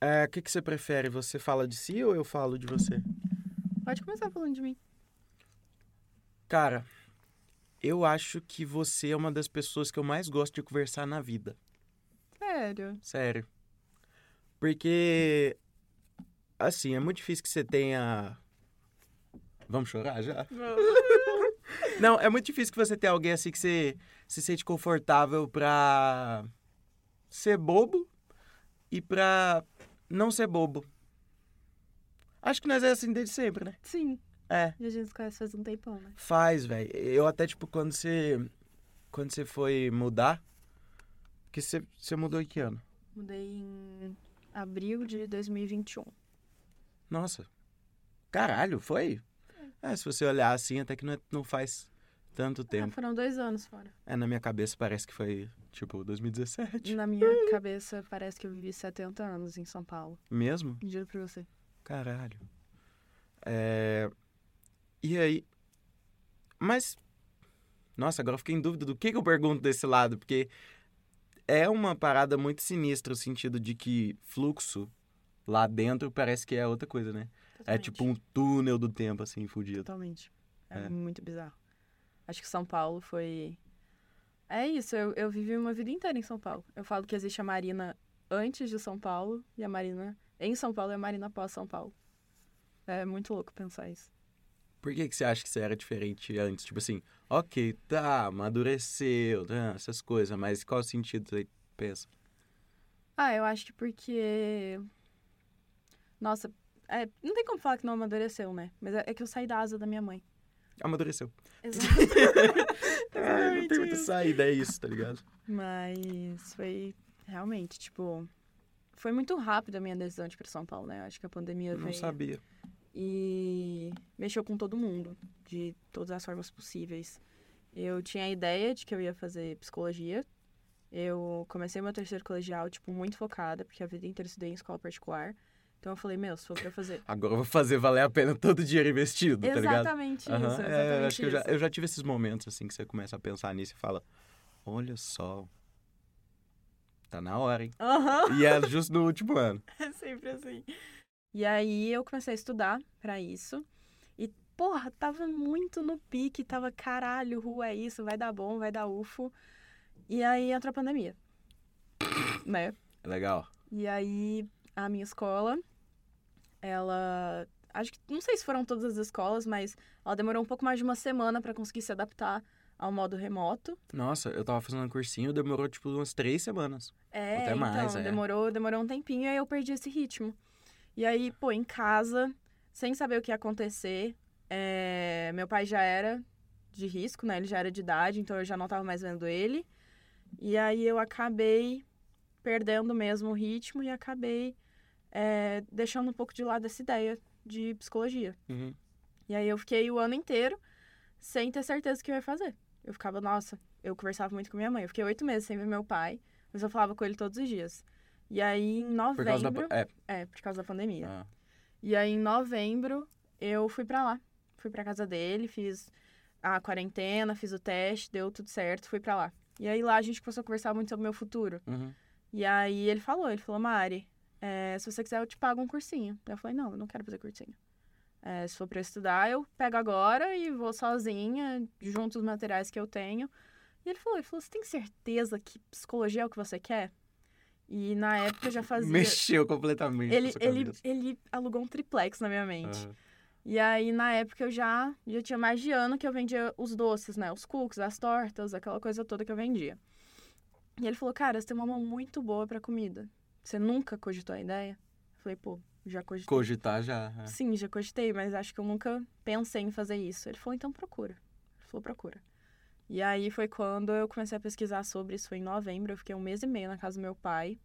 É, que, que você prefere? Você fala de si ou eu falo de você? Pode começar falando de mim. Cara, eu acho que você é uma das pessoas que eu mais gosto de conversar na vida. Sério. Sério. Porque, assim, é muito difícil que você tenha. Vamos chorar já? Não, é muito difícil que você tenha alguém assim que você se sente confortável pra ser bobo e pra não ser bobo. Acho que nós é assim desde sempre, né? Sim. É. E a gente se conhece faz um tempão, né? Faz, velho. Eu até, tipo, quando você. Quando você foi mudar. Porque você, você mudou em que ano? Mudei em abril de 2021. Nossa. Caralho, foi? É, se você olhar assim, até que não, é- não faz tanto Ah, tempo. foram dois anos fora. É, na minha cabeça parece que foi, tipo, 2017. Na minha cabeça, parece que eu vivi 70 anos em São Paulo. Mesmo? Juro pra você. Caralho. É... E aí? Mas. Nossa, agora eu fiquei em dúvida do que, que eu pergunto desse lado, porque é uma parada muito sinistra o sentido de que fluxo lá dentro parece que é outra coisa, né? É Totalmente. tipo um túnel do tempo, assim, fudido. Totalmente. É, É. muito bizarro. Acho que São Paulo foi. É isso, eu, eu vivi uma vida inteira em São Paulo. Eu falo que existe a Marina antes de São Paulo e a Marina em São Paulo e a Marina pós São Paulo. É muito louco pensar isso. Por que, que você acha que você era diferente antes? Tipo assim, ok, tá, amadureceu, né, essas coisas, mas qual sentido você pensa? Ah, eu acho que porque. Nossa, é, não tem como falar que não amadureceu, né? Mas é, é que eu saí da asa da minha mãe. Amadureceu. Exato. Ah, não Exatamente tem muita isso. saída, é isso, tá ligado? Mas foi realmente, tipo. Foi muito rápido a minha decisão de ir pra São Paulo, né? Eu acho que a pandemia Eu não veio. sabia. e mexeu com todo mundo, de todas as formas possíveis. Eu tinha a ideia de que eu ia fazer psicologia. Eu comecei meu terceiro colegial, tipo, muito focada, porque a vida inteira eu estudei em escola particular. Então eu falei, meu, se for pra eu fazer. Agora eu vou fazer valer a pena todo o dinheiro investido, tá ligado? exatamente Aham, isso, exatamente é, eu acho que eu já, isso. eu já tive esses momentos assim que você começa a pensar nisso e fala: Olha só, tá na hora, hein? Aham, E é justo no último ano. é sempre assim. E aí eu comecei a estudar pra isso. E, porra, tava muito no pique, tava caralho, rua é isso, vai dar bom, vai dar ufo. E aí entra a pandemia. né? É Legal. E aí, a minha escola, ela. Acho que. Não sei se foram todas as escolas, mas ela demorou um pouco mais de uma semana pra conseguir se adaptar ao modo remoto. Nossa, eu tava fazendo um cursinho, demorou tipo umas três semanas. É, Até mais, então, é. demorou, demorou um tempinho e aí eu perdi esse ritmo. E aí, pô, em casa, sem saber o que ia acontecer, é, meu pai já era de risco, né? Ele já era de idade, então eu já não tava mais vendo ele. E aí eu acabei perdendo mesmo o ritmo e acabei é, deixando um pouco de lado essa ideia de psicologia. Uhum. E aí eu fiquei o ano inteiro sem ter certeza do que eu ia fazer. Eu ficava, nossa, eu conversava muito com minha mãe. Eu fiquei oito meses sem ver meu pai, mas eu falava com ele todos os dias. E aí em novembro. Por causa da. pa- É, É, por causa da pandemia. ah, E aí em novembro eu fui pra lá. Fui pra casa dele, fiz a quarentena, fiz o teste, deu tudo certo, fui pra lá. E aí lá a gente começou a conversar muito sobre o meu futuro. uhum. E aí ele falou, ele falou, Mari, é, se você quiser eu te pago um cursinho. Daí Eu falei, não, eu não quero fazer cursinho. É, se for pra eu estudar, eu pego agora e vou sozinha, junto os materiais que eu tenho. E ele falou, ele falou, você tem certeza que psicologia é o que você quer? E na época eu já fazia... Mexeu completamente. Ele, com a sua ele, cabeça. ele alugou um triplex na minha mente. Aham. E aí, na época, eu já, já tinha mais de ano que eu vendia os doces, né? Os cookies, as tortas, aquela coisa toda que eu vendia. E ele falou, cara, você tem uma mão muito boa pra comida. Você nunca cogitou a ideia? Eu falei, pô, já cogitei. Cogitar já. é. Sim, já cogitei, mas acho que eu nunca pensei em fazer isso. Ele falou, então procura. Ele falou, procura. E aí foi quando eu comecei a pesquisar sobre isso, foi em novembro. Eu fiquei um mês e meio na casa do meu pai.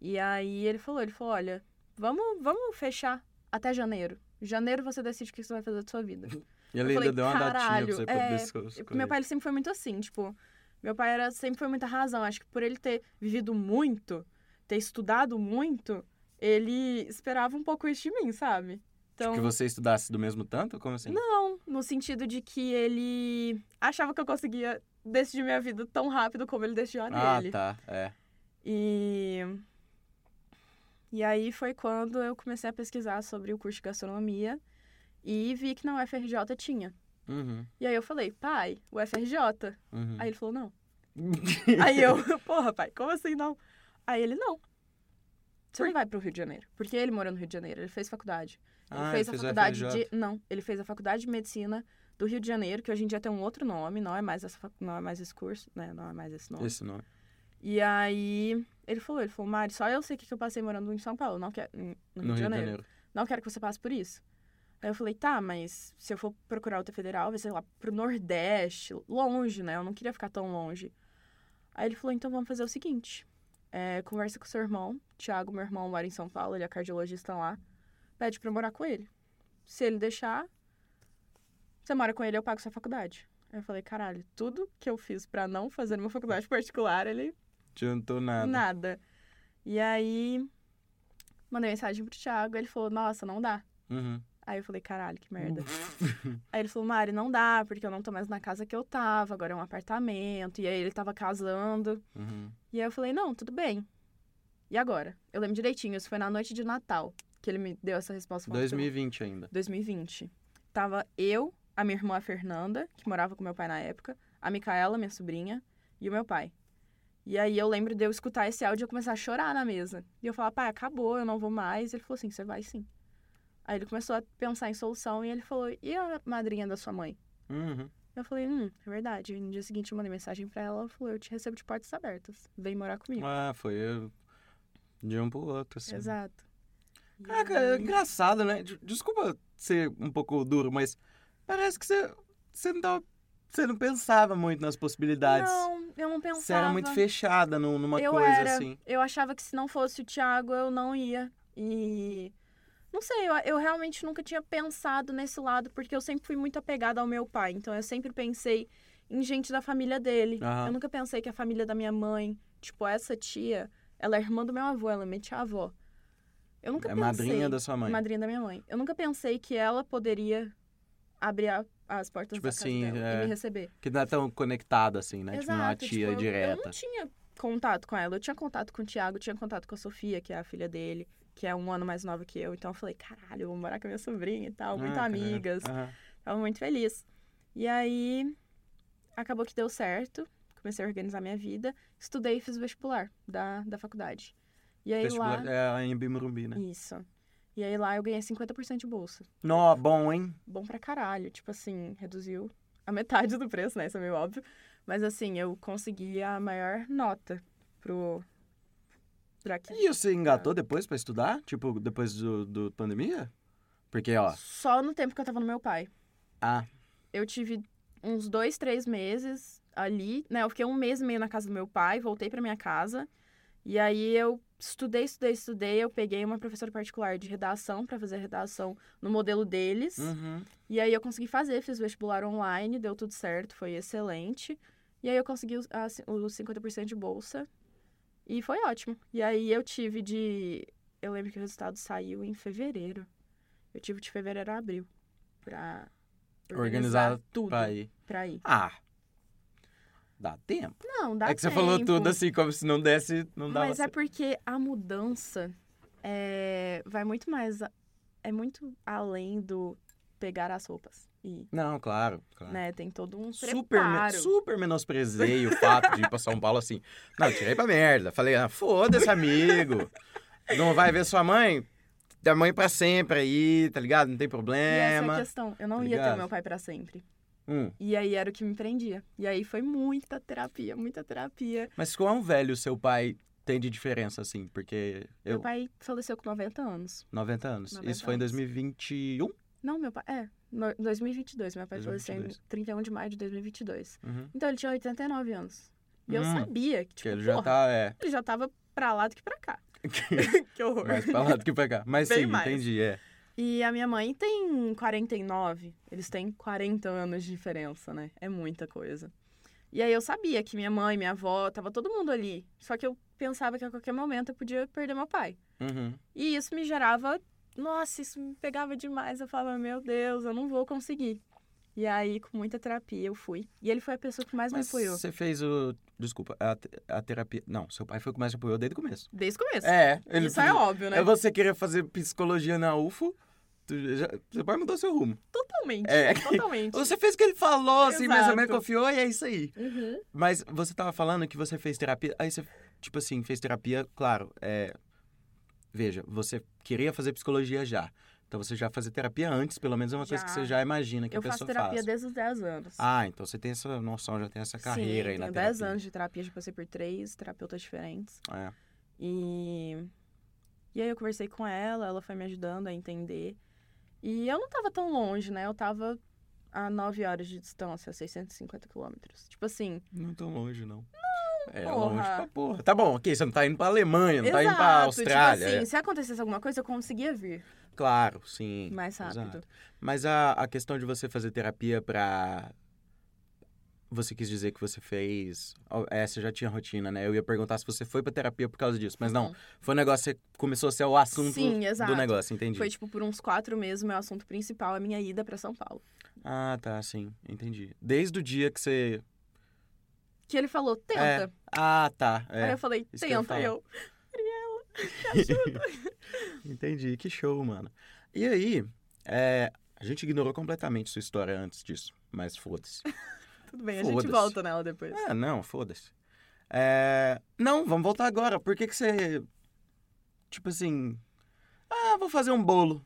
E aí ele falou, ele falou, olha, vamos, vamos fechar até janeiro. Janeiro você decide o que você vai fazer da sua vida. E ele ainda falei, deu uma datinha pra "Caralho, você é, poder E escolher. Meu pai ele sempre foi muito assim, tipo, meu pai era, sempre foi muita razão. Acho que por ele ter vivido muito, ter estudado muito, ele esperava um pouco isso de mim, sabe? Então, Que você estudasse do mesmo tanto? Como assim? não, no sentido de que ele achava que eu conseguia decidir minha vida tá. é. tão rápido como ele decidiu a ah, dele. tá. É. E E aí foi quando eu comecei a pesquisar sobre o curso de gastronomia e vi que na UFRJ tinha. Uhum, E aí eu falei, pai, UFRJ? uhum. Aí ele falou, não. Aí eu, porra, pai, como assim não? Aí ele, não. Você não vai pro Rio de Janeiro. Porque ele morou no Rio de Janeiro, ele fez faculdade. Ele Ah, fez ele a fez o faculdade FRJ. de. Não, ele fez a faculdade de medicina do Rio de Janeiro, que hoje em dia tem um outro nome, não é mais, essa, fac- não é mais esse curso, né? Não é mais esse nome. Esse nome. E aí ele falou, ele falou, Mari, só eu sei o que que eu passei morando em São Paulo, não quero. em- No Rio, de, Janeiro. Não quero que você passe por isso. Aí eu falei, tá, mas se eu for procurar outra federal, vai ser lá pro Nordeste, longe, né? Eu não queria ficar tão longe. Aí ele falou, então vamos fazer o seguinte. é, conversa com seu irmão, Thiago, meu irmão mora em São Paulo, ele é cardiologista lá. Pede pra eu morar com ele. Se ele deixar, você mora com ele, eu pago sua faculdade. Aí eu falei, caralho, tudo que eu fiz pra não fazer uma faculdade particular, ele Adiantou nada. Nada. E aí, mandei mensagem pro Thiago, ele falou, nossa, não dá. Uhum. Aí eu falei, caralho, que merda. aí ele falou, Mari, não dá, porque eu não tô mais na casa que eu tava, agora é um apartamento. E aí ele tava casando. Uhum. E aí eu falei, não, tudo bem. E agora? Eu lembro direitinho, isso foi na noite de Natal que ele me deu essa resposta. falando que eu- 2020 ainda. 2020. Tava eu, a minha irmã Fernanda, que morava com meu pai na época, a Micaela, minha sobrinha, e o meu pai. E aí eu lembro de eu escutar esse áudio e eu começar a chorar na mesa. E eu falar, pai, acabou, eu não vou mais. Ele falou assim, você vai sim. Aí ele começou a pensar em solução e ele falou, e a madrinha da sua mãe? Uhum. Eu falei, hum, é verdade. E no dia seguinte eu mandei mensagem pra ela, ela falou, eu te recebo de portas abertas, vem morar comigo. Ah, foi eu- de um pro outro, assim. Exato. E Caraca, é aí- engraçado, né? De- Desculpa ser um pouco duro, mas parece que você, você não tava- Você não pensava muito nas possibilidades. Não, eu não pensava. Você era muito fechada num- numa eu coisa era, assim. Eu achava que se não fosse o Thiago, eu não ia. E. Não sei, eu, eu realmente nunca tinha pensado nesse lado, porque eu sempre fui muito apegada ao meu pai. Então eu sempre pensei em gente da família dele. Aham. Eu nunca pensei que a família da minha mãe, tipo, essa tia, ela é irmã do meu avô, ela é minha tia avó. Eu nunca É pensei. madrinha da sua mãe. Madrinha da minha mãe. Eu nunca pensei que ela poderia abrir a- as portas Tipo da casa assim, dela é, e me receber. Que não é tão conectada assim, né? tipo, não é uma Exato, tia tipo, eu- Eu direta. não tinha contato com ela. Eu tinha contato com o Thiago, tinha contato com a Sofia, que é a filha dele, que é um ano mais nova que eu. Então eu falei, caralho, eu vou morar com a minha sobrinha e tal, muito Ah, caralho. amigas. Aham. Tava muito feliz. E aí, acabou que deu certo. Comecei a organizar minha vida. Estudei e fiz vestibular da, da faculdade. E aí Vestibular- lá... É, em Bimurumbi, né? Isso. E aí lá eu ganhei 50% de bolsa. Nó, bom, hein? Bom pra caralho. Tipo assim, reduziu a metade do preço, né? Isso é meio óbvio. Mas assim, eu consegui a maior nota pro. Pra que... E você engatou depois pra estudar? Tipo, depois do, do pandemia? Porque, ó. Só no tempo que eu tava no meu pai. Ah, Eu tive uns dois, três meses ali, né? Eu fiquei um mês e meio na casa do meu pai, voltei pra minha casa. E aí eu estudei, estudei, estudei. Eu peguei uma professora particular de redação pra fazer redação no modelo deles. uhum. E aí eu consegui fazer, fiz vestibular online, deu tudo certo, foi excelente. E aí eu consegui os, a, ci- os 50% de bolsa e foi ótimo. E aí eu tive de. Eu lembro que o resultado saiu em fevereiro. Eu tive de fevereiro a abril pra organizar, Organizar tudo pra ir. pra ir. Ah. Dá tempo. Não, dá é que você falou tempo. tudo assim, como se não desse, não dava Mas é certo. porque a mudança é, vai muito mais. a- É muito além do pegar as roupas. E, Não, claro, claro. né, tem todo um Tá. Super, me- preparo. super menosprezei o fato de ir pra São Paulo assim. Não, tirei pra merda. Falei, ah, foda-se, amigo. Não vai ver sua mãe? Da mãe pra sempre aí, tá ligado? Não tem E essa é a problema. questão. Eu não tá ia ter ligado? o meu pai pra sempre. Hum, E aí era o que me prendia. E aí foi muita terapia, muita terapia. mas qual é um velho seu pai tem de diferença, assim? Porque eu. Meu pai faleceu com 90 anos. 90 anos. 90 Isso foi em anos. 2021? Não, meu pai. É, no- 2022. Meu pai faleceu 2022. em 31 de maio de 2022. Uhum. Então ele tinha 89 anos. E eu Hum. sabia que, Que tipo, ele já porra, tá, é. ele já tava pra lá do que pra cá. que horror. mais pra lá do que pra cá. Mas Bem sim, mais. entendi, é. E a minha mãe tem 49, eles têm 40 anos de diferença, né? É muita coisa. E aí eu sabia que minha mãe, minha avó, tava todo mundo ali. Só que eu pensava que a qualquer momento eu podia perder meu pai. Uhum. E isso me gerava, nossa, isso me pegava demais. Eu falava, meu Deus, eu não vou conseguir. E aí, com muita terapia, eu fui. E ele foi a pessoa que mais Mas me apoiou. você fez o. Desculpa, a, te- a terapia. Não, seu pai foi o que mais apoiou desde o começo. Desde o começo. É, ele. Isso é óbvio, né? É você querer fazer psicologia na UFO, tu já- seu pai mudou seu rumo. Totalmente. É. Totalmente. Você fez o que ele falou, assim, mais ou menos Exato. confiou e é isso aí. Uhum. Mas você tava falando que você fez terapia. Aí você, tipo assim, fez terapia, claro, é. Veja, você queria fazer psicologia já. Então você já fazia terapia antes, pelo menos é uma coisa que Já. você já imagina que Eu a pessoa faço terapia faz. desde os 10 anos. Ah, então você tem essa noção, já tem essa carreira Sim, aí na tenho terapia. 10 anos de terapia, já passei por três terapeutas diferentes. É. E... e aí eu conversei com ela, ela foi me ajudando a entender. E eu não tava tão longe, né? Eu tava a 9 horas de distância, 650 quilômetros. Tipo assim, Não tão longe, não. Não, É porra. longe pra porra. Tá bom, ok, você não tá indo pra Alemanha, não tá indo pra exato, Austrália. Tipo é. assim, se acontecesse alguma coisa, eu conseguia vir Claro, sim. mais rápido. Exato. Mas a, a questão de você fazer terapia pra. Você quis dizer que você fez. ó, É, você já tinha rotina, né? Eu ia perguntar se você foi pra terapia por causa disso. Mas não, Uhum. foi um negócio que começou a ser o assunto Sim, exato. do negócio, entendi. Foi, tipo, por uns quatro meses, o meu assunto principal é a minha ida pra São Paulo. Ah, tá, sim, entendi. Desde o dia que você. Que ele falou, tenta. Ah, tá. Aí É, eu falei, isso que eu ia tenta. Aí eu, entendi. Que show, mano. E aí, é, a gente ignorou completamente sua história antes disso, mas foda-se. tudo bem, a gente Foda-se. volta nela depois. É, não, foda-se. É, Não, vamos voltar agora. Por que que você... Tipo assim... Ah, vou fazer um bolo.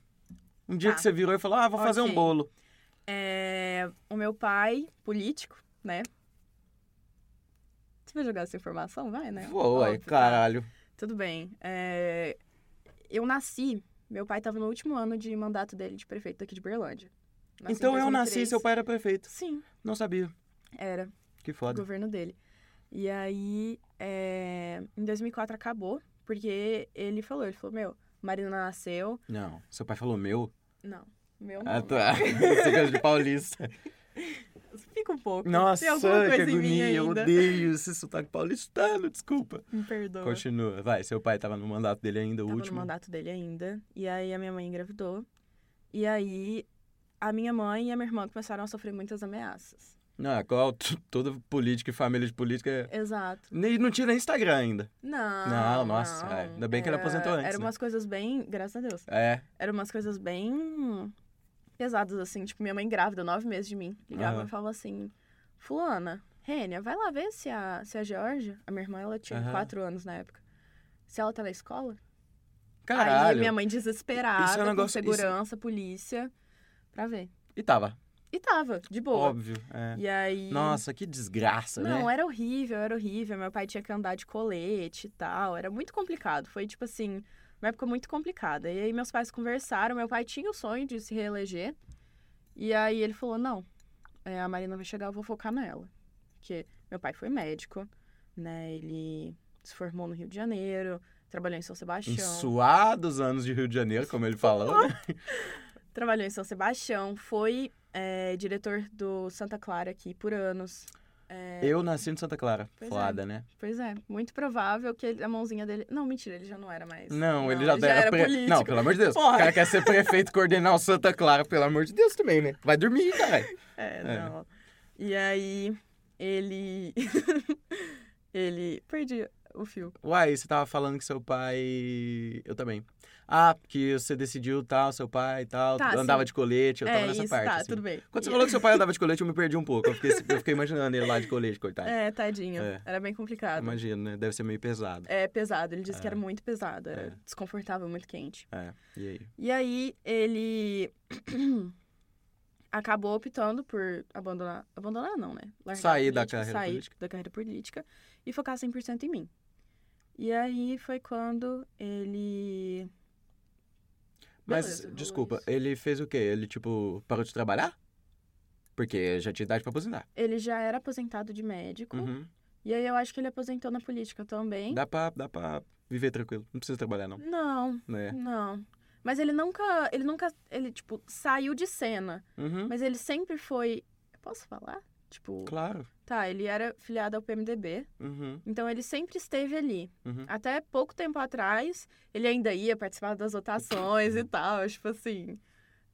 Um dia Tá. que você virou e falou, ah, vou fazer um Ok. bolo. É, o meu pai, político, né? Você vai jogar essa informação? Vai, né? Pô, ué, Óbvio, tá. caralho. Tudo bem. É, eu nasci, meu pai tava no último ano de mandato dele de prefeito aqui de Berlândia. Nasci em então eu nasci 2003. seu pai era prefeito. Sim, Não sabia. era. Que O foda. governo dele. E aí, é, em 2004 acabou, porque ele falou, ele falou, meu, Marina nasceu. Não, seu pai falou meu. Não, meu não. Ah, tá. Você gosta de paulista. Fica um pouco. Tem Nossa, alguma que coisa em mim agonia. Eu ainda. odeio esse sotaque paulistano, desculpa. Me perdoa. Continua, vai. Seu pai tava no mandato dele ainda, o Tava último. no mandato dele ainda. E aí a minha mãe engravidou. E aí a minha mãe e a minha irmã começaram a sofrer muitas ameaças. Não, é qual toda política e família de política é Exato. Nem, não tinha nem Instagram ainda. Não. Não, nossa, é. Ainda bem que ele Era- aposentou antes, Eram né? umas coisas bem. Graças a Deus. É. Eram umas coisas bem pesadas, assim. Tipo, minha mãe grávida, nove meses de mim. Ligava Aham. e falava assim: Fulana, Rênia, vai lá ver se a, se a Georgia, a minha irmã, ela tinha Aham. quatro anos na época. Se ela tá na escola? Aí Caralho. minha mãe desesperada, Isso é um com negócio- isso- segurança, polícia, pra ver. E tava. E tava, de boa. Óbvio. é. E aí. Nossa, que desgraça, Não, né? era horrível, era horrível. Meu pai tinha que andar de colete e tal. Era muito complicado. Foi, tipo assim, uma época muito complicada. E aí meus pais conversaram. Meu pai tinha o sonho de se reeleger. E aí ele falou: não, é, a Marina vai chegar, eu vou focar nela. Porque meu pai foi médico, né? Ele se formou no Rio de Janeiro, trabalhou em São Sebastião. Em suados anos de Rio de Janeiro, como ele falou. né? Trabalhou em São Sebastião, foi é, diretor do Santa Clara aqui por anos. Eu nasci em Santa Clara. É. Pois é. Flada, né? Pois é, muito provável que ele- a mãozinha dele. Não, mentira, ele já não era mais. Não, ele já, era, pre- político. Não, pelo amor de Deus. Porra. O cara quer ser prefeito, coordenar o Santa Clara, pelo amor de Deus também, né? Vai dormir, caralho. É, É. não. E aí, ele. ele. Perdi o fio. Uai, você tava falando que seu pai. Eu também. Ah, que você decidiu tal, seu pai e tal. Tá, andava sim. de colete, eu tava é, nessa isso, parte. tá, assim. tudo bem. Quando você E- falou que seu pai andava de colete, eu me perdi um pouco. Eu fiquei, eu fiquei imaginando ele lá de colete, coitado. É, tadinho. É. Era bem complicado. Imagino, né? Deve ser meio pesado. É pesado, ele disse que É. era muito pesado, era É. desconfortável, muito quente. É. E aí? E aí ele acabou optando por abandonar, abandonar não, né? Largar a Sair da política, carreira sair política. da carreira política e focar 100% em mim. E aí foi quando ele Mas, Beleza, rolou desculpa, isso. ele fez o quê? Ele, tipo, parou de trabalhar? Porque já tinha idade pra aposentar. ele já era aposentado de médico Uhum. e aí eu acho que ele aposentou na política também. Dá pra, dá pra viver tranquilo. Não precisa trabalhar, não. Não, Né? não. Mas ele nunca, ele nunca, ele tipo saiu de cena, Uhum. mas ele sempre foi, posso falar? Tipo, Claro. tá, ele era filiado ao PMDB. Uhum. Então ele sempre esteve ali. Uhum. Até pouco tempo atrás, ele ainda ia participar das votações e tal. Tipo assim,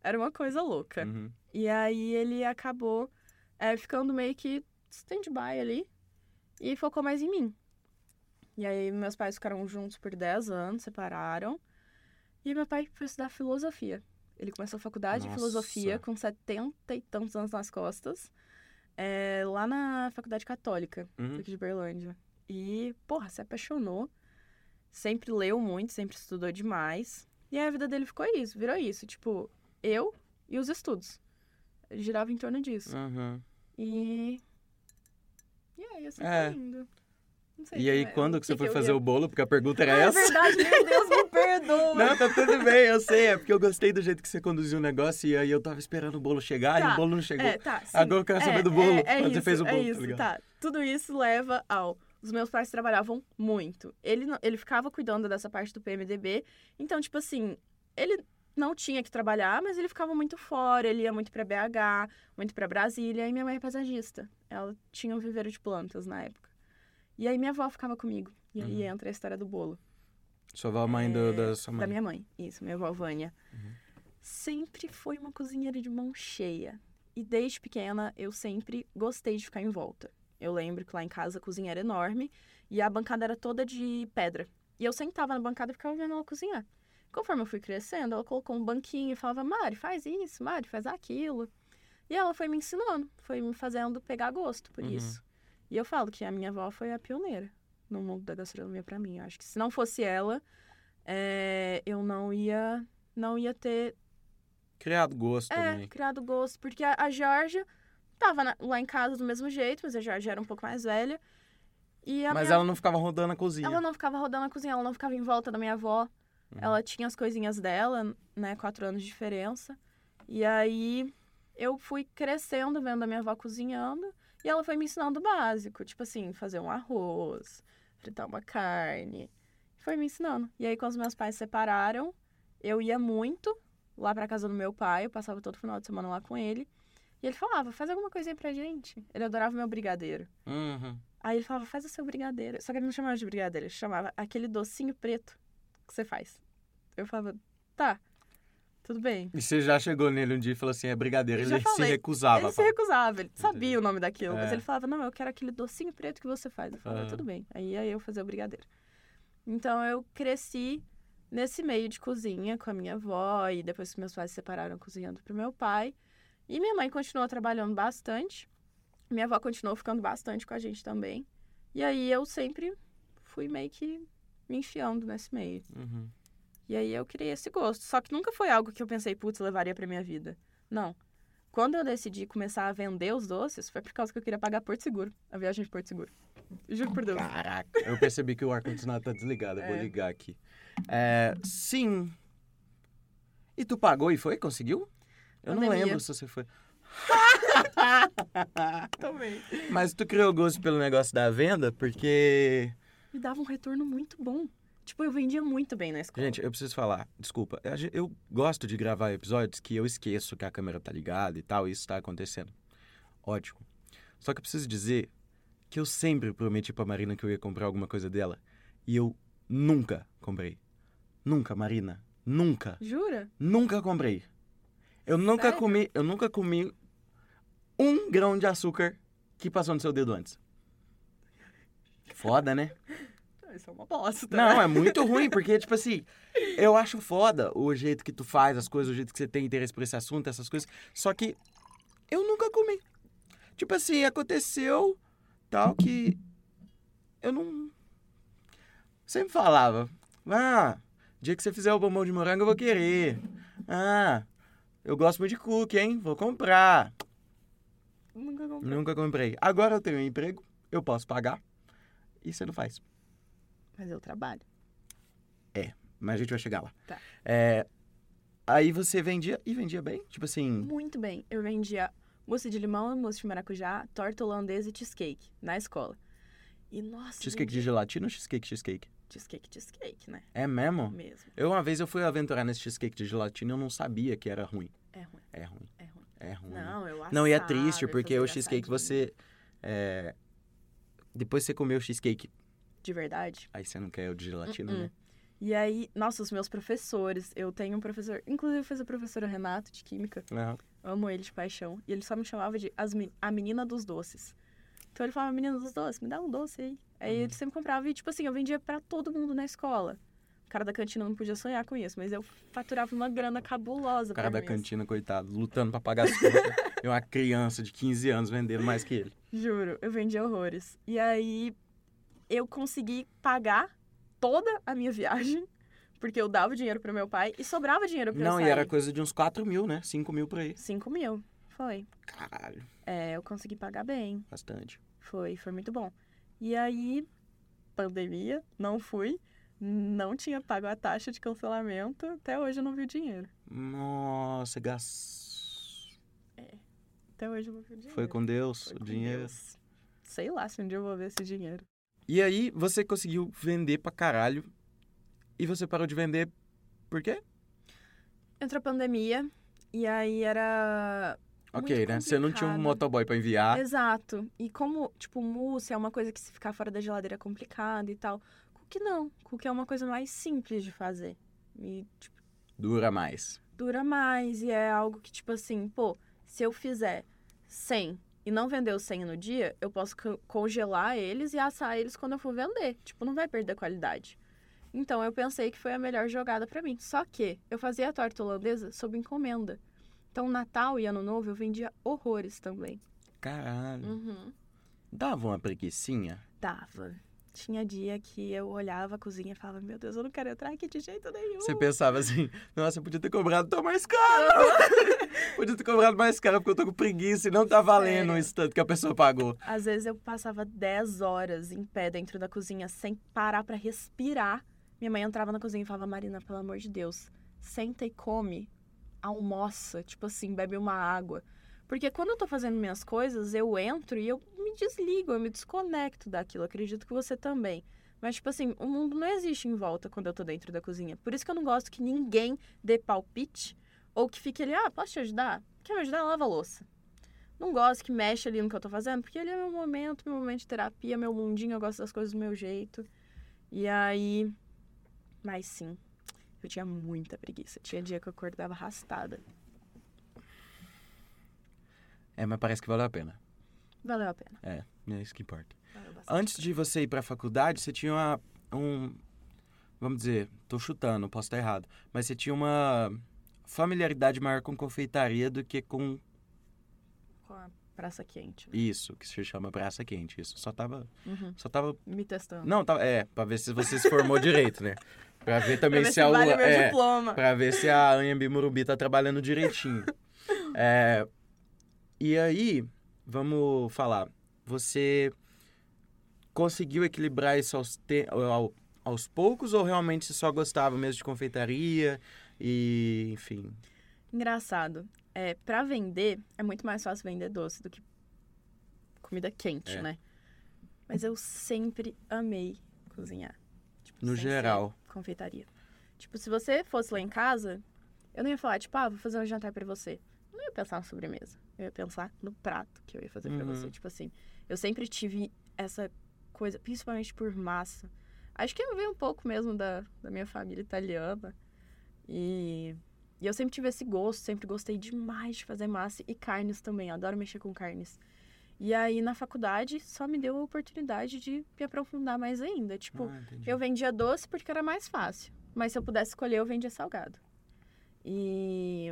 Era uma coisa louca. Uhum. E aí ele acabou é, ficando meio que stand-by ali e focou mais em mim. E aí meus pais ficaram juntos por 10 anos, separaram. E meu pai foi estudar filosofia. Ele começou a faculdade de Nossa. filosofia com 70 e tantos anos nas costas, é, lá na Faculdade Católica Uhum. aqui de Berlândia. E, porra, se apaixonou. Sempre leu muito, sempre estudou demais. E aí a vida dele ficou isso, virou isso. Tipo, eu e os estudos. Girava em torno disso. Aham. E. E aí, assim Uhum. É. foi indo. Não sei E aí, como é- quando o que você foi eu fazer ia- o bolo? Porque a pergunta era Ah, é essa. verdade, meu Deus, me perdoa. Não, tá tudo bem, eu sei. É porque eu gostei do jeito que você conduziu o negócio e aí eu tava esperando o bolo chegar e Tá. o bolo não chegou. É, tá. sim. Agora eu quero saber do bolo. É, é quando isso, você fez o bolo, é tá isso, ligado? tá. Tudo isso leva ao. Os meus pais trabalhavam muito. Ele, não- ele ficava cuidando dessa parte do PMDB. Então, tipo assim, ele não tinha que trabalhar, mas ele ficava muito fora. Ele ia muito pra BH, muito pra Brasília. E minha mãe é paisagista. Ela tinha um viveiro de plantas na época. E aí minha avó ficava comigo. E aí Uhum. entra a história do bolo. Sua avó, mãe do, da sua É, Da mãe. minha mãe, isso, minha avó Vânia. Sempre foi uma cozinheira de mão cheia. E desde pequena eu sempre gostei de ficar em volta. Eu lembro que lá em casa a cozinha era enorme e a bancada era toda de pedra. E eu sentava na bancada e ficava vendo ela cozinhar. Conforme eu fui crescendo, ela colocou um banquinho e falava: Mari, faz isso, Mari, faz aquilo. E ela foi me ensinando, foi me fazendo pegar gosto por Uhum. isso. E eu falo que a minha avó foi a pioneira no mundo da gastronomia pra mim. Eu acho que se não fosse ela, é, eu não ia não ia ter Criado gosto é, também. criado gosto, porque a, a Georgia tava na- lá em casa do mesmo jeito, mas a Georgia era um pouco mais velha. E a Mas minha- ela não ficava rodando a cozinha. ela não ficava rodando a cozinha, ela não ficava em volta da minha avó. Ela tinha as coisinhas dela, né? Quatro anos de diferença. E aí eu fui crescendo vendo a minha avó cozinhando e ela foi me ensinando o básico, tipo assim, fazer um arroz, fritar uma carne. Foi me ensinando. E aí, quando os meus pais se separaram, eu ia muito lá pra casa do meu pai, eu passava todo final de semana lá com ele. E ele falava, faz alguma coisinha pra gente. Ele adorava meu brigadeiro. Uhum. Aí ele falava, faz o seu brigadeiro. Só que ele não chamava de brigadeiro, ele chamava aquele docinho preto que você faz. Eu falava, tá, tudo bem. E você já chegou nele um dia e falou assim, é brigadeiro. Eu Ele já se falei. recusava. ele se pá. recusava, ele sabia Entendi. o nome daquilo, mas É. Ah. ele falava, não, eu quero aquele docinho preto que você faz. Eu falava, Aham. tudo bem. Aí aí eu fazia o brigadeiro. Então eu cresci nesse meio de cozinha com a minha avó, e depois que meus pais se separaram cozinhando pro meu pai. E minha mãe continuou trabalhando bastante. Minha avó continuou ficando bastante com a gente também. E aí eu sempre fui meio que me enfiando nesse meio. Uhum. E aí eu criei esse gosto. Só que nunca foi algo que eu pensei, putz, levaria pra minha vida. Não. Quando eu decidi começar a vender os doces, foi por causa que eu queria pagar Porto Seguro. A viagem de Porto Seguro. Juro por Deus. Caraca. Eu percebi que o ar-condicionado tá desligado. Eu vou É. ligar aqui. É, sim. E tu pagou e foi? Conseguiu? Eu não Pandemia. lembro se você foi. Também. Mas tu criou gosto pelo negócio da venda, porque Me dava um retorno muito bom. Tipo, eu vendia muito bem na escola. Gente, eu preciso falar. Desculpa. A gen- Eu gosto de gravar episódios que eu esqueço que a câmera tá ligada e tal, e isso tá acontecendo. Ótimo. Só que eu preciso dizer que eu sempre prometi pra Marina que eu ia comprar alguma coisa dela. E eu nunca comprei. Nunca, Marina. Nunca. Jura? Nunca comprei. Eu nunca Sério? comi. Eu nunca comi um grão de açúcar que passou no seu dedo antes. Foda, né? Isso é uma bosta. Não, é muito ruim, porque, tipo assim, eu acho foda o jeito que tu faz as coisas, o jeito que você tem interesse por esse assunto, essas coisas. Só que eu nunca comi. Tipo assim, aconteceu tal que eu não. Sempre falava. Ah, dia que você fizer o bombom de morango, eu vou querer. Ah, eu gosto muito de cookie, hein? Vou comprar. Nunca comprei. Nunca comprei. Agora eu tenho um emprego, eu posso pagar. E você não faz. Mas eu trabalho. Mas a gente vai chegar lá. Tá. É, aí você vendia e vendia bem? Tipo assim. Muito bem. Eu vendia mousse de limão, mousse de maracujá, torta holandesa e cheesecake na escola. E nossa, Cheesecake de vendia- gelatina ou cheesecake cheesecake? cheesecake, cheesecake, né? É mesmo? Mesmo. Eu uma vez eu fui aventurar nesse cheesecake de gelatina e eu não sabia que era ruim. É ruim, É ruim. é ruim. É ruim. Não, eu Não, e é assava, triste, eu porque fazia o cheesecake assadinho. você. é, depois você comeu o cheesecake, De verdade? aí você não quer o de gelatina, Uh-uh. né? E aí, nossa, os meus professores. Eu tenho um professor, inclusive foi o professor Renato, de Química. Aham. Amo ele de paixão. E ele só me chamava de as men- a menina dos doces. Então ele falava, menina dos doces, me dá um doce aí. Aí Uhum. ele sempre comprava e, tipo assim, eu vendia pra todo mundo na escola. O cara da cantina não podia sonhar com isso, mas eu faturava uma grana cabulosa O cara pra da mim, assim. cantina, coitado, lutando pra pagar as contas. e uma criança de 15 anos vendendo mais que ele. Juro, eu vendia horrores. E aí eu consegui pagar toda a minha viagem, porque eu dava o dinheiro pro meu pai e sobrava dinheiro pra eu Não, sair. e era coisa de uns 4 mil, né? 5 mil por aí. 5 mil, foi. Caralho, É, eu consegui pagar bem, bastante. foi, foi muito bom. E aí, pandemia, não fui, não tinha pago a taxa de cancelamento, até hoje eu não vi o dinheiro. Nossa, gas... Até hoje eu não vi o dinheiro. É, Foi com Deus Foi o com dinheiro. Deus. Sei lá se um dia eu vou ver esse dinheiro. E aí, você conseguiu vender pra caralho. E você parou de vender por quê? Entrou a pandemia, e aí era Ok, Muito né? Você não tinha um complicado. motoboy pra enviar. Exato. E como, tipo, mousse é uma coisa que se ficar fora da geladeira é complicado e tal. Cookie não. Cookie é uma coisa mais simples de fazer. E, tipo, Dura mais. dura mais e é algo que, tipo assim, pô, se eu fizer 100 e não vender os 100 no dia, eu posso co- congelar eles e assar eles quando eu for vender. Tipo, não vai perder a qualidade. Então, eu pensei que foi a melhor jogada pra mim. Só que eu fazia a torta holandesa sob encomenda. Então, Natal e Ano Novo eu vendia horrores também. Caralho. Uhum. Hum. Dava uma preguiçinha. Dava. Tinha dia que eu olhava a cozinha e falava, meu Deus, eu não quero entrar aqui de jeito nenhum. Você pensava assim, nossa, eu podia ter cobrado tão mais caro. podia ter cobrado mais caro porque eu tô com preguiça e não tá valendo Sério. isso tanto que a pessoa pagou. Às vezes eu passava 10 horas em pé dentro da cozinha sem parar pra respirar. Minha mãe entrava na cozinha e falava, Marina, pelo amor de Deus, senta e come, almoça, tipo assim, bebe uma água. Porque quando eu tô fazendo minhas coisas, eu entro e eu me desligo, eu me desconecto daquilo. Acredito que você também. Mas, tipo assim, o mundo não existe em volta quando eu tô dentro da cozinha. Por isso que eu não gosto que ninguém dê palpite ou que fique ali, ah, posso te ajudar? Quer me ajudar? Lava a louça. Não gosto que mexe ali no que eu tô fazendo, porque ali é meu momento, meu momento de terapia, meu mundinho, eu gosto das coisas do meu jeito. E aí. Mas sim, eu tinha muita preguiça. Tinha dia que eu acordava arrastada. É, mas parece que valeu a pena. Valeu a pena. É isso que importa. Valeu bastante. Antes de você ir pra faculdade, você tinha uma, um. Vamos dizer, tô chutando, posso estar errado. Mas você tinha uma familiaridade maior com confeitaria do que com Com a praça quente. né? isso, que se chama praça quente. Isso só tava. Uhum. Só tava. Me testando. Não, tava. É, pra ver se você se formou direito, né? Pra ver Pra também ver se a vale Lua- meu é, diploma. Pra ver se a Anhembi Murubi tá trabalhando direitinho. É, e aí, vamos falar. Você conseguiu equilibrar isso aos, te- ao- aos poucos ou realmente você só gostava mesmo de confeitaria e, enfim... Engraçado. É, para vender, é muito mais fácil vender doce do que comida quente, É. né? Mas eu sempre amei cozinhar. Tipo, No sem ser geral. Confeitaria. Tipo, se você fosse lá em casa, eu não ia falar, tipo, ah, vou fazer um jantar pra você. Eu não ia pensar na sobremesa. Eu ia pensar no prato que eu ia fazer pra Uhum. você. Tipo assim, eu sempre tive essa coisa, principalmente por massa. Acho que eu veio um pouco mesmo da, da minha família italiana. E, e eu sempre tive esse gosto, sempre gostei demais de fazer massa e carnes também. Adoro mexer com carnes. E aí, na faculdade, só me deu a oportunidade de me aprofundar mais ainda. Tipo, Ah, entendi. eu vendia doce porque era mais fácil. Mas se eu pudesse escolher, eu vendia salgado. E.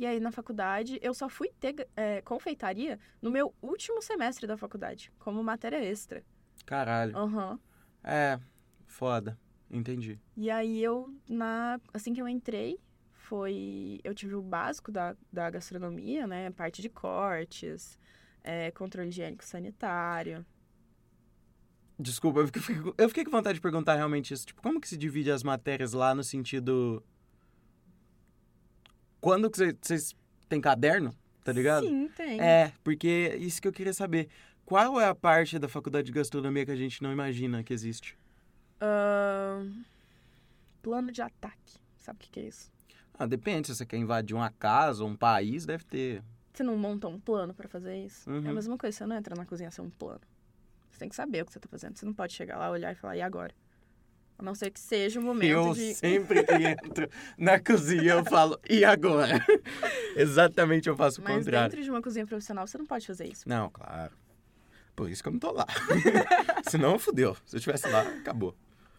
E aí, na faculdade, eu só fui ter eh, confeitaria no meu último semestre da faculdade, como matéria extra. Caralho. Aham. É, foda. Entendi. E aí eu, na, assim que eu entrei, foi. Eu tive o básico da, da gastronomia, né? Parte de cortes, é, controle higiênico sanitário. Desculpa, eu fiquei, eu fiquei com vontade de perguntar realmente isso. Tipo, como que se divide as matérias lá no sentido... Quando que vocês- vocês têm caderno? Tá ligado? Sim, tem. É, porque isso que eu queria saber. Qual é a parte da faculdade de gastronomia que a gente não imagina que existe? Ahn, plano de ataque. Sabe o que, que é isso? Ah, depende. Se você quer invadir uma casa ou um país, deve ter. Você não monta um plano pra fazer isso? Uhum. É a mesma coisa, você não entra na cozinha sem um plano. Você tem que saber o que você tá fazendo. Você não pode chegar lá, olhar e falar, e agora? A não ser que seja o momento Eu de. sempre que entro na cozinha, eu falo, e agora? Exatamente, eu faço o Mas contrário. dentro de uma cozinha profissional, você não pode fazer isso. Não, claro. Por isso que eu não tô lá. Senão, fudeu. Se eu estivesse lá, acabou.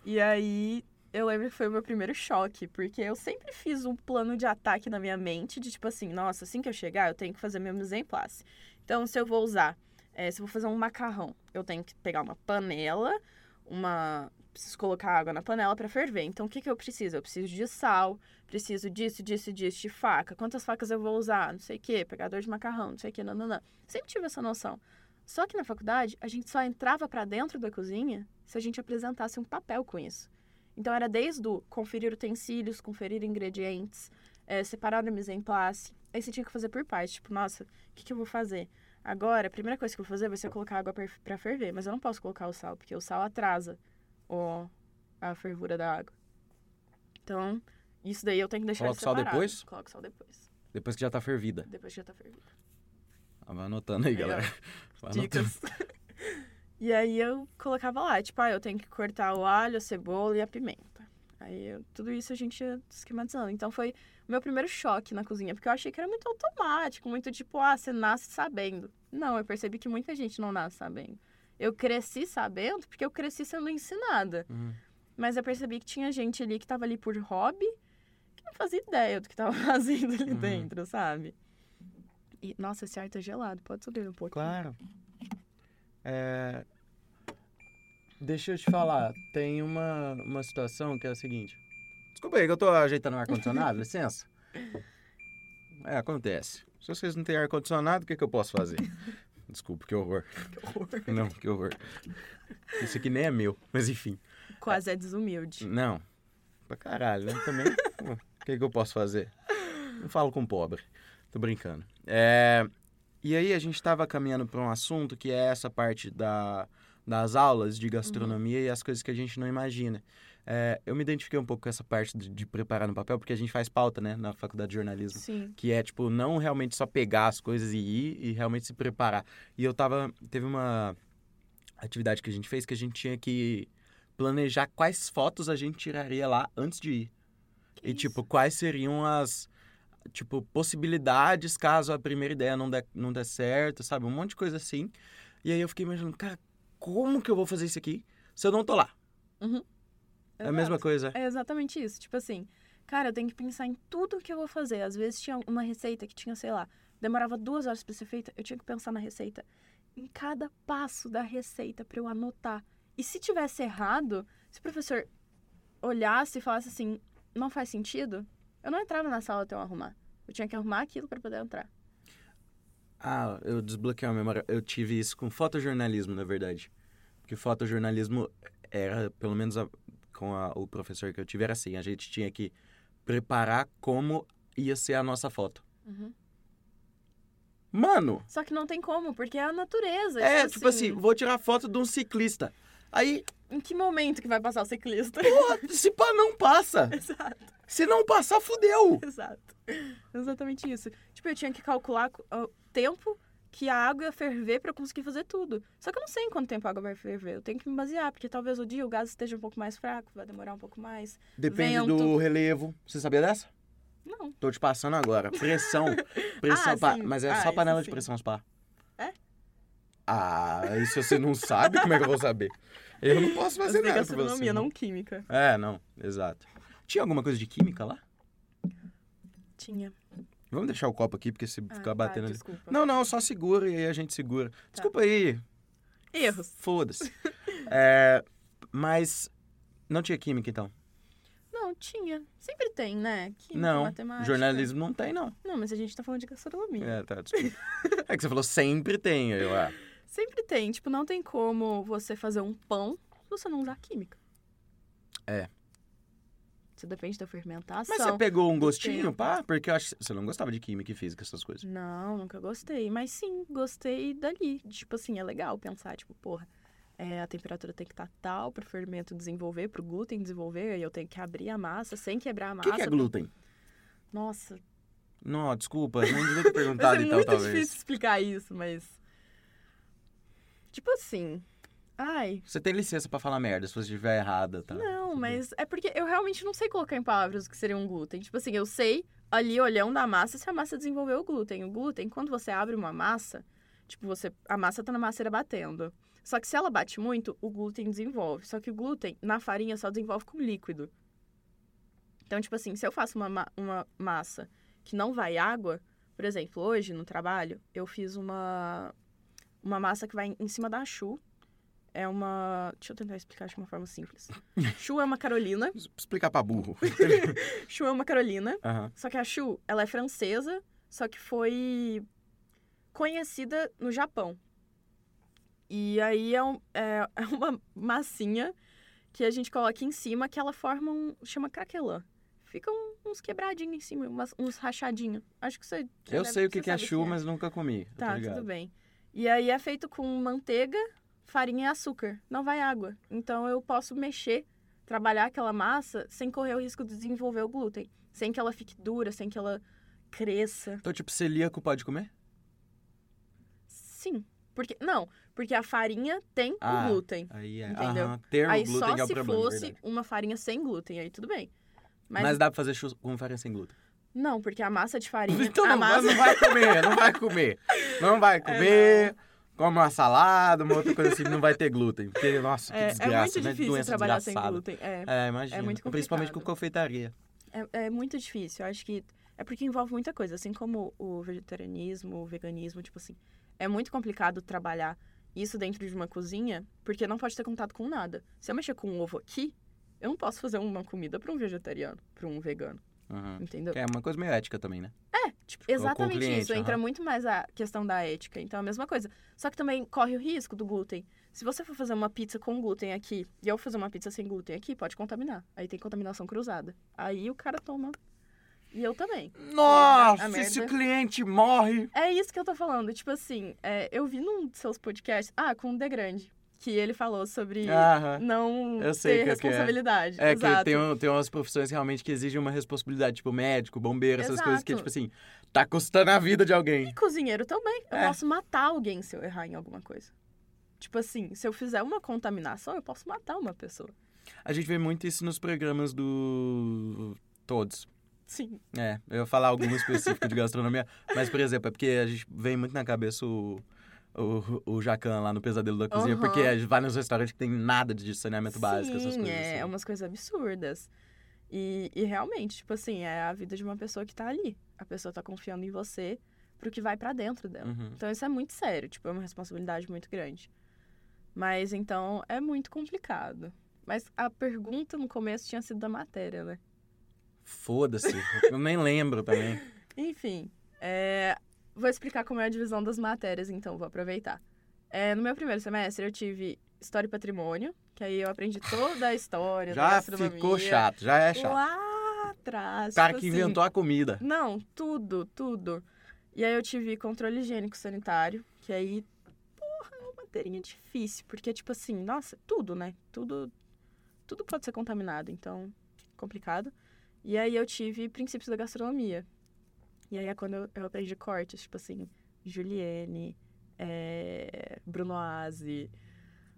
E aí, eu lembro que foi o meu primeiro choque, porque eu sempre fiz um plano de ataque na minha mente, de tipo assim, nossa, assim que eu chegar, eu tenho que fazer meu mise en place. Então, se eu vou usar, eh, se eu vou fazer um macarrão, eu tenho que pegar uma panela, uma... Preciso colocar água na panela para ferver. Então, o que, que eu preciso? Eu preciso de sal, preciso disso, disso, disso, de faca. Quantas facas eu vou usar? Não sei o quê. Pegador de macarrão, não sei o quê, nananã. Sempre tive essa noção. Só que na faculdade, a gente só entrava pra dentro da cozinha se a gente apresentasse um papel com isso. Então era desde o conferir utensílios, conferir ingredientes, eh, separar a mise en place. Aí você tinha que fazer por parte, tipo, nossa, o que, que eu vou fazer? Agora, a primeira coisa que eu vou fazer vai ser colocar água per- pra ferver, mas eu não posso colocar o sal, porque o sal atrasa o, a fervura da água. Então, isso daí eu tenho que deixar Coloca o sal separado. depois? Coloca o sal depois. Depois que já tá fervida. Depois que já tá fervido. Ah, Vai anotando aí, Aí, ó. galera. Vai anotando. dicas. e aí eu colocava lá, tipo, ah, eu tenho que cortar o alho, a cebola e a pimenta. Aí eu- tudo isso a gente ia esquematizando. Então foi o meu primeiro choque na cozinha, porque eu achei que era muito automático, muito tipo, ah, você nasce sabendo. Não, eu percebi que muita gente não nasce sabendo. Eu cresci sabendo porque eu cresci sendo ensinada. Uhum. Mas eu percebi que tinha gente ali que tava ali por hobby, que não fazia ideia do que tava fazendo ali Uhum. dentro, sabe? E, nossa, esse ar tá gelado, pode subir um pouco. Claro. É, Deixa eu te falar, tem uma, uma situação que é a seguinte. Desculpa aí que eu tô ajeitando o ar-condicionado, licença. É, acontece. Se vocês não têm ar-condicionado, o que, que eu posso fazer? Desculpa, que horror. Que horror. Não, que horror. Isso aqui nem é meu, mas enfim. Quase é desumilde. Não. Pra caralho, né? Também. O que, que eu posso fazer? Não falo com pobre. Tô brincando. É, E aí a gente tava caminhando pra um assunto que é essa parte da... das aulas de gastronomia e as coisas que a gente não imagina. É, eu me identifiquei um pouco com essa parte de, de preparar no papel, porque a gente faz pauta, né, na faculdade de jornalismo. Sim. Que é, tipo, não realmente só pegar as coisas e ir e realmente se preparar. E eu tava. Teve uma atividade que a gente fez que a gente tinha que planejar quais fotos a gente tiraria lá antes de ir. e, tipo, quais seriam as. Tipo, possibilidades caso a primeira ideia não der, não der certo, sabe? Um monte de coisa assim. E aí eu fiquei imaginando, cara, como que eu vou fazer isso aqui se eu não tô lá? É a mesma coisa. É exatamente isso. Tipo assim, cara, eu tenho que pensar em tudo que eu vou fazer. Às vezes tinha uma receita que tinha, sei lá, demorava duas horas pra ser feita, eu tinha que pensar na receita. Em cada passo da receita pra eu anotar. E se tivesse errado, se o professor olhasse e falasse assim, não faz sentido, eu não entrava na sala até eu arrumar. Eu tinha que arrumar aquilo pra poder entrar. Ah, eu desbloqueei a memória. Eu tive isso com fotojornalismo, na verdade. Porque fotojornalismo era, pelo menos a- com a- o professor que eu tive, era assim: a gente tinha que preparar como ia ser a nossa foto. Mano! Só que não tem como, porque é a natureza. É, tipo assim, vou tirar foto de um ciclista. Aí, Em que momento que vai passar o ciclista? pô, se pá, não passa. exato, Se não passar, fudeu. exato. Exatamente isso. Tipo, eu tinha que calcular co- o tempo que a água ia ferver pra eu conseguir fazer tudo. Só que eu não sei em quanto tempo a água vai ferver. Eu tenho que me basear, porque talvez o dia o gás esteja um pouco mais fraco, vai demorar um pouco mais. Depende Vento. do relevo. Você sabia dessa? Não. Tô te passando agora. Pressão. Pressão, Ah, pá. sim. Mas é Ah, só isso panela de sim. pressão, pá. É? Ah, e se você não sabe, como é que eu vou saber? Eu não posso fazer eu sei é nada pra você. é gastronomia, não química. É, não. Exato. Tinha alguma coisa de química lá? Tinha. Vamos deixar o copo aqui, porque se Ah, ficar tá, batendo... ali- desculpa. Tá. Não, não, só segura e aí a gente segura. Desculpa aí, Erros. Foda-se. É, mas não tinha química, então. Não, tinha. Sempre tem, né? Química, não. matemática. Jornalismo não tem, não. Não, mas a gente tá falando de gastronomia. É, tá, desculpa. É que você falou sempre tem. Eu, ah, Sempre tem. Tipo, não tem como você fazer um pão se você não usar química. É. Isso depende da fermentação. Mas você pegou um gostinho, tempo. pá? Porque eu acho que você não gostava de química e física, essas coisas. Não, nunca gostei. Mas sim, gostei dali. Tipo assim, é legal pensar, tipo, porra, é, a temperatura tem que estar tal pro fermento desenvolver, pro glúten desenvolver, e eu tenho que abrir a massa sem quebrar a O massa. que, que é glúten? Nossa, é Não, desculpa, não devia ter Vai perguntado ser então, muito talvez. difícil explicar isso, mas. Tipo assim, Ai. Você tem licença pra falar merda se você estiver errada, tá? Não, Tudo bem. mas é porque eu realmente não sei colocar em palavras o que seria um glúten. Tipo assim, eu sei ali, olhão da massa, se a massa desenvolveu o glúten. O glúten, quando você abre uma massa, tipo, você a massa tá na masseira batendo. Só que se ela bate muito, o glúten desenvolve. Só que o glúten, na farinha, só desenvolve com líquido. Então, tipo assim, se eu faço uma, ma- uma massa que não vai água, por exemplo, hoje no trabalho, eu fiz uma, uma massa que vai em- em cima da chu. É uma. Deixa eu tentar explicar de uma forma simples. Chu é uma Carolina. Preciso Explicar pra burro. Chu é uma Carolina. Aham. Só que a Chu, ela é francesa, só que foi conhecida no Japão. E aí é, um- é- é uma massinha que a gente coloca em cima, que ela forma um. chama craquelã. Fica um- uns quebradinhos em cima, umas- uns rachadinhos. Acho que você. você Eu deve- sei o que, você que é sabe chu, mas nunca comi. eu tô Tá, ligado. tudo bem. E aí é feito com manteiga, farinha e açúcar. Não vai água. Então eu posso mexer, trabalhar aquela massa sem correr o risco de desenvolver o glúten. Sem que ela fique dura, sem que ela cresça. Então, tipo, celíaco pode comer? Sim. Porque. Não, porque a farinha tem Ah, o glúten. Aí é. Entendeu? Aham. Ter o Aí glúten só que é o se problema. fosse verdade. uma farinha sem glúten, aí tudo bem. Mas, Mas... dá pra fazer chu com farinha sem glúten. não, porque a massa de farinha. Então a não, vai- massa... não vai comer, não vai comer. Não É, vai comer. Come uma salada, uma outra coisa assim, não vai ter glúten. Porque, nossa, que É, desgraça, é muito né? difícil Doença trabalhar sem desgraçada. glúten. É, É, imagina. muito Principalmente com complicado. confeitaria. É, é muito difícil. Eu acho que é porque envolve muita coisa, assim como o vegetarianismo, o veganismo, tipo assim. É muito complicado trabalhar isso dentro de uma cozinha, porque não pode ter contato com nada. Se eu mexer com um ovo aqui, eu não posso fazer uma comida para um vegetariano, para um vegano, Aham. entendeu? Que É uma coisa meio ética também, né? Tipo, o Exatamente cliente, isso. Entra aham. muito mais a questão da ética. Então é a mesma coisa. Só que também corre o risco do glúten. Se você for fazer uma pizza com glúten aqui e eu fazer uma pizza sem glúten aqui, pode contaminar. Aí tem contaminação cruzada. Aí o cara toma. E eu também. Nossa, A esse merda. cliente morre. É isso que eu tô falando. Tipo assim, é, eu vi num dos seus podcasts. Ah, com o The Grande. Que ele falou sobre Aham. não Ah, Eu sei ter qual que é. responsabilidade. É que Uhum. Exato. tem, um- tem umas profissões realmente que exigem uma responsabilidade, tipo médico, bombeiro, essas coisas que, Exato. tipo assim, tá custando a vida de alguém. E cozinheiro também. Eu É. posso matar alguém se eu errar em alguma coisa. Tipo assim, se eu fizer uma contaminação, eu posso matar uma pessoa. A gente vê muito isso nos programas do. Todos. Sim. É, eu ia falar algum específico de gastronomia, mas, por exemplo, é porque a gente vem muito na cabeça o. O, o Jacan lá no Pesadelo da Cozinha, Aham. porque a gente vai nos restaurantes que tem nada de saneamento básico, essas Sim, coisas. é assim. umas coisas absurdas. E, e realmente, tipo assim, é a vida de uma pessoa que tá ali. A pessoa tá confiando em você pro que vai pra dentro dela. Uhum. Então isso é muito sério, tipo, é uma responsabilidade muito grande. Mas então é muito complicado. Mas a pergunta no começo tinha sido da matéria, né? Foda-se, eu nem lembro também. Enfim, é, vou explicar como é a divisão das matérias, então, vou aproveitar. É, no meu primeiro semestre, eu tive História e Patrimônio, que aí eu aprendi toda a história da Já gastronomia. ficou chato, já é chato. Lá atrás. O cara tipo que assim, inventou a comida. Não, tudo, tudo. E aí eu tive controle higiênico sanitário, que aí, porra, é uma materinha difícil, porque, tipo assim, nossa, tudo, né? Tudo, tudo pode ser contaminado, então, complicado. E aí eu tive princípios da gastronomia. E aí é quando eu, eu aprendi cortes, tipo assim, Julienne, é, Bruno Aze,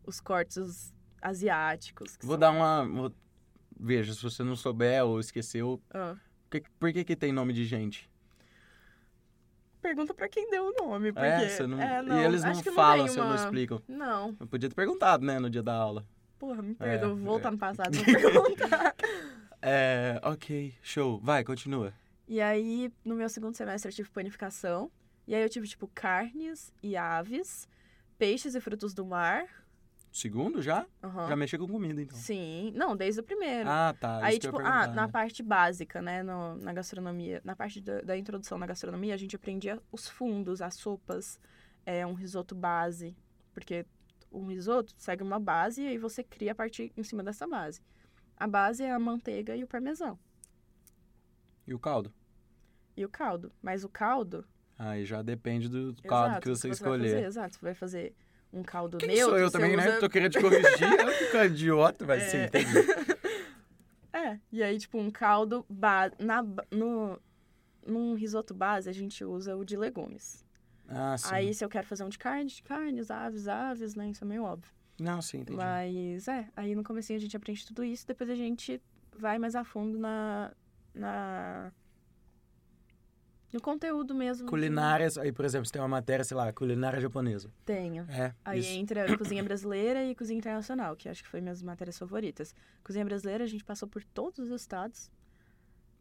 os cortes asiáticos. que Vou são- dar uma. vou- Veja, se você não souber ou esqueceu, Ah. que- por que, que tem nome de gente? Pergunta pra quem deu o nome, porque... é, você não... É, não, E eles não acho que falam tem se eu não uma- explicam. Não, Eu podia ter perguntado, né, no dia da aula. porra, me perdoa, É, vou voltar é. no passado pra perguntar. É, ok, show. Vai, continua. e aí, no meu segundo semestre, eu tive panificação. E aí eu tive, tipo, carnes e aves, peixes e frutos do mar. Segundo já? Aham. Já mexeu com comida, então. Sim, não, desde o primeiro. Ah, tá. Aí, isso que eu tipo, ia ah, perguntar, na né? parte básica, né, no- na gastronomia, na parte da, da introdução na gastronomia, a gente aprendia os fundos, as sopas, é, um risoto base, porque um risoto segue uma base e aí você cria a parte em cima dessa base. A base é a manteiga e o parmesão, E o caldo? e o caldo. Mas o caldo... Aí já depende do caldo exato, que você, vai fazer, escolher. exato, você vai fazer um caldo Quem neutro, sou eu você também, né? usa- Tô querendo te corrigir. eu fico idiota, mas É. sim, entendi. É, e aí, tipo, um caldo ba... na... ba- no... Num risoto base, a gente usa o de legumes. Ah, sim. Aí, se eu quero fazer um de carne, de carnes, aves, aves, né? Isso é meio óbvio. Não, sim, entendi. Mas é, aí no comecinho a gente aprende tudo isso, depois a gente vai mais a fundo na. na no conteúdo mesmo. Culinárias, aí, por exemplo, você tem uma matéria, sei lá, culinária japonesa. Tenho. É, Aí isso. entra cozinha brasileira e cozinha internacional, que acho que foi minhas matérias favoritas. Cozinha brasileira a gente passou por todos os estados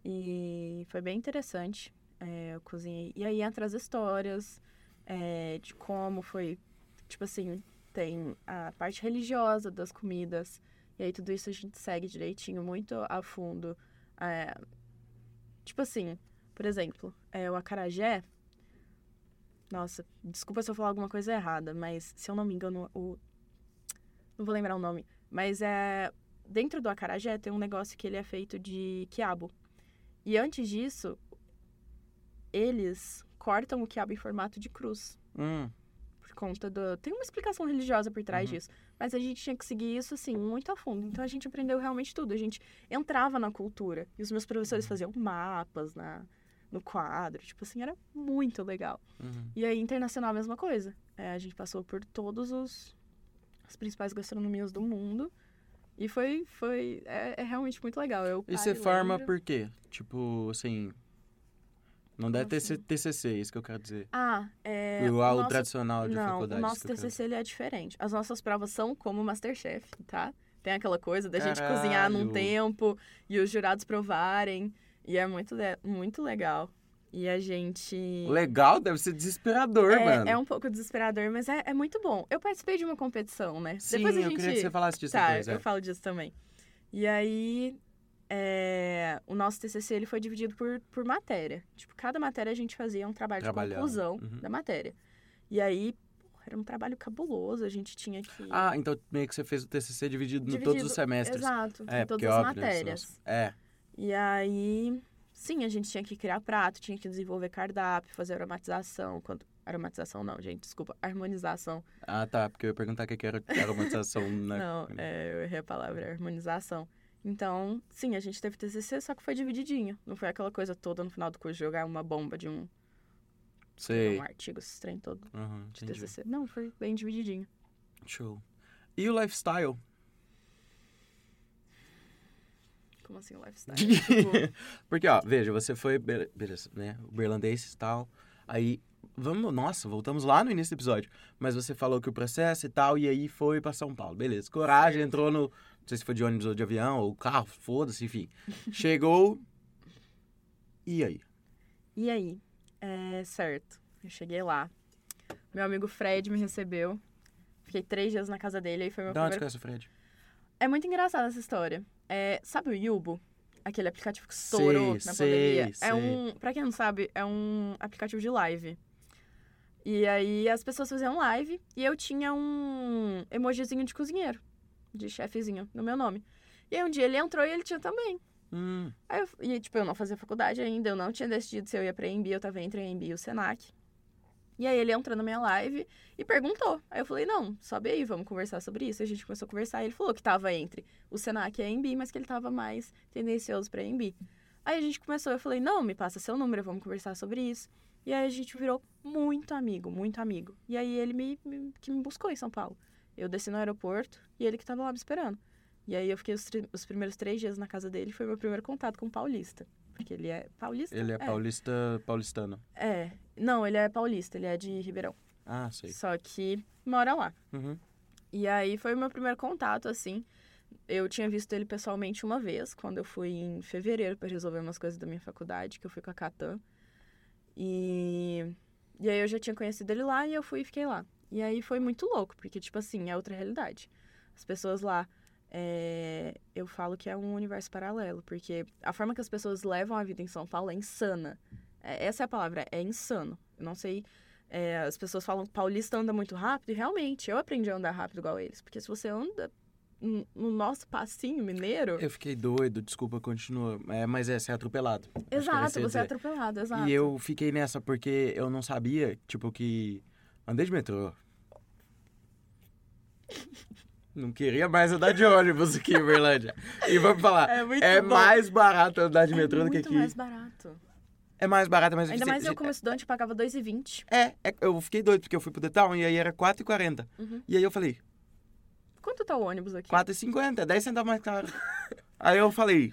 e foi bem interessante. É, eu cozinhei. E aí entra as histórias é, de como foi. Tipo assim, tem a parte religiosa das comidas. E aí tudo isso a gente segue direitinho, muito a fundo. É, tipo assim, por exemplo, é, o acarajé. Nossa, desculpa se eu falar alguma coisa errada, mas se eu não me engano, o. Não vou lembrar o nome. Mas é. Dentro do acarajé tem um negócio que ele é feito de quiabo. E antes disso, eles cortam o quiabo em formato de cruz. Hum, Por conta do. Tem uma explicação religiosa por trás Uhum. disso. Mas a gente tinha que seguir isso, assim, muito a fundo. Então a gente aprendeu realmente tudo. A gente entrava na cultura. E os meus professores faziam mapas na... no quadro. Tipo assim, era muito legal. uhum. E aí, internacional, a mesma coisa. É, a gente passou por todos os as principais gastronomias do mundo. E foi, foi é, é realmente muito legal. Ah, Eu E paro você forma lembro. por quê? Tipo, assim. Não deve Como ter TCC, isso que eu quero dizer. Ah, é... o aula nosso- tradicional de Não, faculdade. tá o isso nosso que eu quero TCC ele é diferente. As nossas provas são como Masterchef, tá? Tem aquela coisa da gente Caralho! cozinhar num tempo e os jurados provarem. E é muito, le- muito legal. E a gente... Legal, deve ser desesperador, É, mano. é um pouco desesperador, mas é, é muito bom. Eu participei de uma competição, né? Sim, Depois a eu gente... queria que você falasse disso Tá, depois. é. eu falo disso também. E aí, é, o nosso TCC ele foi dividido por, por matéria. Tipo, cada matéria a gente fazia um trabalho de Trabalhava. conclusão Uhum. da matéria. E aí, porra, era um trabalho cabuloso, a gente tinha que... Ah, então meio que você fez o TCC dividido, em Dividido, todos os semestres. Exato, É, em todas porque as óbvio, né, matérias. senão- É, E aí, sim, a gente tinha que criar prato, tinha que desenvolver cardápio, fazer aromatização, quando... Aromatização não, gente, desculpa, harmonização. ah tá, porque eu ia perguntar o que que era aromatização né? na... Não, é, eu errei a palavra, harmonização. Então, sim, a gente teve TCC, só que foi divididinho. Não foi aquela coisa toda no final do curso jogar uma bomba de um, Sei. um artigo, esse trem todo Aham, de entendi. TCC. Não, foi bem divididinho. Show. E o lifestyle? Como assim o lifestyle? tipo, Porque, ó, veja, você foi, be- beleza, né, berlandês e tal, aí, vamos, nossa, voltamos lá no início do episódio, mas você falou que o processo e tal, e aí foi pra São Paulo, beleza, coragem, entrou no, não sei se foi de ônibus ou de avião, ou carro, foda-se, enfim, chegou, e aí? e aí? É, certo, eu cheguei lá. Meu amigo Fred me recebeu. Fiquei três dias na casa dele, aí foi meu Da onde primeiro conhece o Fred? É muito engraçada essa história. É, sabe o Yubo? Aquele aplicativo que estourou Sei, na sei, pandemia. sei. É um, pra quem não sabe, é um aplicativo de live. E aí as pessoas faziam live e eu tinha um emojizinho de cozinheiro, de chefezinho, no meu nome. E aí um dia ele entrou e ele tinha também. Hum, Aí eu, e, tipo, eu não fazia faculdade ainda, eu não tinha decidido se eu ia pra EMB, eu tava entre a EMB e o SENAC. E aí ele entrou na minha live e perguntou. Aí eu falei, não, sobe aí, vamos conversar sobre isso. A gente começou a conversar e ele falou que tava entre o SENAC e a EMB, mas que ele tava mais tendencioso pra EMB. Aí a gente começou, eu falei, não, me passa seu número, vamos conversar sobre isso. E aí a gente virou muito amigo, muito amigo. E aí ele me, me- que me buscou em São Paulo. Eu desci no aeroporto e ele que tava lá me esperando. E aí eu fiquei os, tri- os primeiros três dias na casa dele, foi meu primeiro contato com o paulista. Porque ele é paulista? ele é paulista, paulistano. É. Não, ele é paulista, ele é de Ribeirão. Ah, sei. Só que mora lá. Uhum. E aí foi o meu primeiro contato, assim. Eu tinha visto ele pessoalmente uma vez, quando eu fui em fevereiro para resolver umas coisas da minha faculdade, que eu fui com a Catan. E... e aí eu já tinha conhecido ele lá e eu fui e fiquei lá. E aí foi muito louco, porque, tipo assim, é outra realidade. As pessoas lá, é, eu falo que é um universo paralelo, porque a forma que as pessoas levam a vida em São Paulo é insana. É- essa é a palavra, é insano. Eu não sei é, as pessoas falam que paulista anda muito rápido, e realmente, eu aprendi a andar rápido igual eles. Porque se você anda n- no nosso passinho mineiro, Eu fiquei doido, desculpa, continua. É, mas é, você é atropelado. Acho que era isso que eu exato, ia você é dizer. atropelado, exato. E eu fiquei nessa porque eu não sabia, tipo, que. Andei de metrô. Não queria mais andar de ônibus aqui em Uberlândia. E vamos falar, É muito é, bom. mais barato andar de É metrô do que muito aqui. mais barato. É mais barato, mas assim, Ainda mais você- eu como estudante pagava 2,20. É, é, eu fiquei doido porque eu fui pro Detal e aí era 4,40. Uhum. E aí eu falei, Quanto tá o ônibus aqui? 4,50, 10 centavos mais caro. Aí eu falei.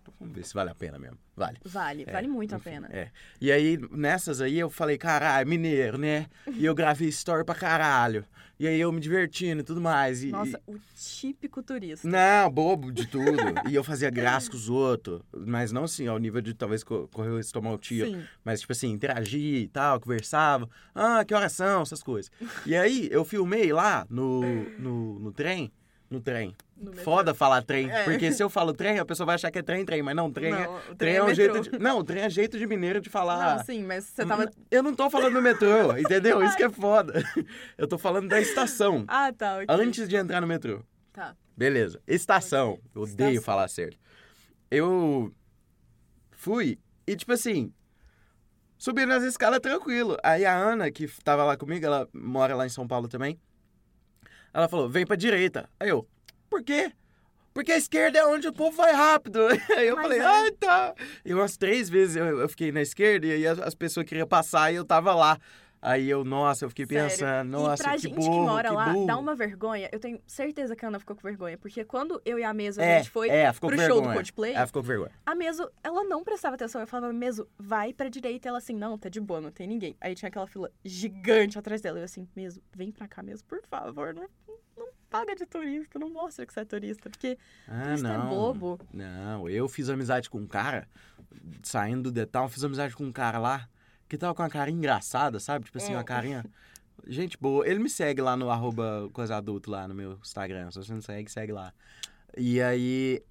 "Então Vamos ver se vale a pena mesmo. Vale. Vale, É, vale muito enfim, a pena. É. E aí, nessas aí, eu falei, caralho, mineiro, né? E eu gravei story pra caralho. E aí eu me divertindo e tudo mais. E, Nossa, o típico turista. Não, bobo de tudo. e eu fazia graça com os outros. Mas não assim, ao nível de talvez co- correr esse tomar o tiro. Sim. Mas, tipo assim, interagia e tal, conversava. Ah, que horas são, essas coisas. E aí, eu filmei lá no, no, no trem. No trem. no metrô. Foda falar trem. É. Porque se eu falo trem, a pessoa vai achar que é trem, trem. Mas não, trem, é, Não, trem, o é, um metrô. jeito de... Não, trem é jeito de mineiro de falar... Hum, Não, sim, mas você tava. Eu não tô falando do metrô, entendeu? Isso que é foda. Eu tô falando da estação. Ah, tá. ok. Antes de entrar no metrô. Tá. Beleza. Estação. Eu odeio Estação. falar certo. Eu fui e, tipo assim, subi nas escalas tranquilo. Aí a Ana, que tava lá comigo, ela mora lá em São Paulo também, ela falou, vem pra direita. Aí eu, por quê? Porque a esquerda é onde o povo vai rápido. Aí eu Mas falei, é. ah, tá. E umas três vezes eu, eu fiquei na esquerda e aí as, as pessoas queriam passar e eu tava lá. Aí eu, nossa, eu fiquei Sério. pensando, e nossa, pra que gente burro, que mora que lá, burro. dá uma vergonha. Eu tenho certeza que a Ana ficou com vergonha. Porque quando eu e a Mesa, a É, gente foi é, ficou pro com show do vergonha. Coldplay, Ela ficou com vergonha. a Meso, ela não prestava atenção. Eu falava, Meso, vai pra direita. Ela assim, não, tá de boa, não tem ninguém. Aí tinha aquela fila gigante atrás dela. Eu assim, Meso, vem pra cá mesmo, por favor. Não, não paga de turista, não mostra que você é turista. Porque Ah, turista é bobo. Não, eu fiz amizade com um cara, saindo do detalhe, fiz amizade com um cara lá, que tava com uma carinha engraçada, sabe? Tipo assim, Hum. uma carinha. Gente boa. Ele me segue lá no arroba coisa adulto lá no meu Instagram. Se você não segue, segue lá. E aí.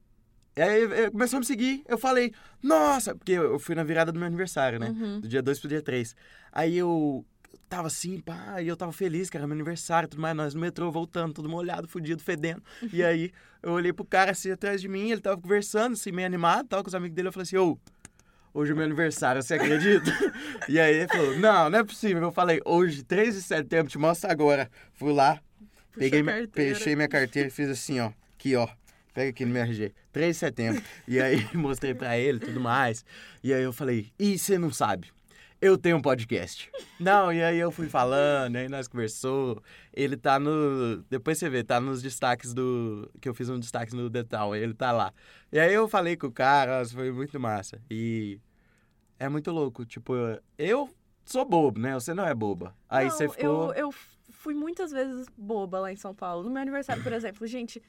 e aí ele começou a me seguir. Eu falei, nossa, porque eu fui na virada do meu aniversário, né? Uhum. Do dia 2 pro dia 3. Aí eu tava assim, pá, e eu tava feliz, cara, meu aniversário e tudo mais. Nós no metrô voltando, todo molhado, fudido, fedendo. E aí eu olhei pro cara assim atrás de mim, ele tava conversando, assim, meio animado, tal, com os amigos dele. Eu falei assim, ô, hoje é meu aniversário, você acredita? e aí ele falou, não, não é possível. Eu falei, hoje, 3 de setembro, te mostro agora. Fui lá, Puxa peguei, a minha- carteira. fechei minha carteira e fiz assim, ó, aqui, ó. Pega aqui no meu RG, 3 de setembro. E aí mostrei pra ele e tudo mais. E aí eu falei, e você não sabe? Eu tenho um podcast. Não, e aí eu fui falando, aí nós conversou. Ele tá no. Depois você vê, tá nos destaques do. Que eu fiz um destaque no Detal, ele tá lá. E aí eu falei com o cara, nossa, foi muito massa. E é muito louco. Tipo, eu sou bobo, né? Você não é boba. Aí Não, você ficou. Eu, eu fui muitas vezes boba lá em São Paulo. No meu aniversário, por exemplo, gente.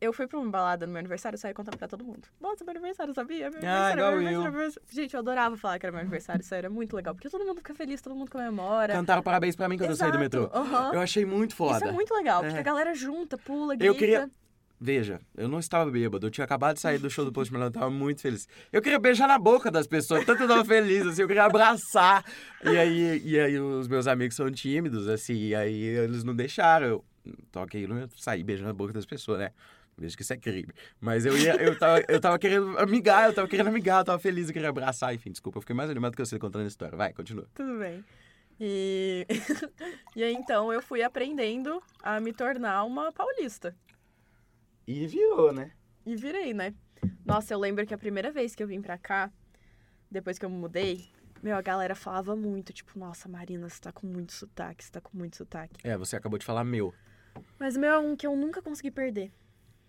Eu fui pra uma balada no meu aniversário e saí contando pra todo mundo. Nossa, meu aniversário, sabia? Meu Ah, aniversário, igual meu aniversário, eu. meu aniversário. Gente, eu adorava falar que era meu aniversário, isso era muito legal. Porque todo mundo fica feliz, todo mundo comemora. Cantaram parabéns pra mim quando eu saí do Exato, metrô. aham. Eu achei muito foda. Isso é muito legal, porque É. a galera junta, pula, grita. Eu queria- Veja, eu não estava bêbado, eu tinha acabado de sair do show do Post Malone, eu tava muito feliz. Eu queria beijar na boca das pessoas, tanto eu tava feliz, assim, eu queria abraçar. E aí, e aí os meus amigos são tímidos, assim, e aí eles não deixaram. Eu toquei, não ia sair beijando a boca das pessoas, né? Veja que isso é crime. Mas eu ia, eu tava, eu tava querendo amigar, eu tava querendo amigar, eu tava feliz, eu queria abraçar, enfim, desculpa, eu fiquei mais animado que você contando a história. Vai, continua. Tudo bem. E... e aí, então, eu fui aprendendo a me tornar uma paulista. E virou, né? E virei, né? Nossa, eu lembro que a primeira vez que eu vim pra cá, depois que eu me mudei, meu, a galera falava muito, tipo, nossa, Marina, você tá com muito sotaque, você tá com muito sotaque. É, você acabou de falar meu. Mas meu é um que eu nunca consegui perder.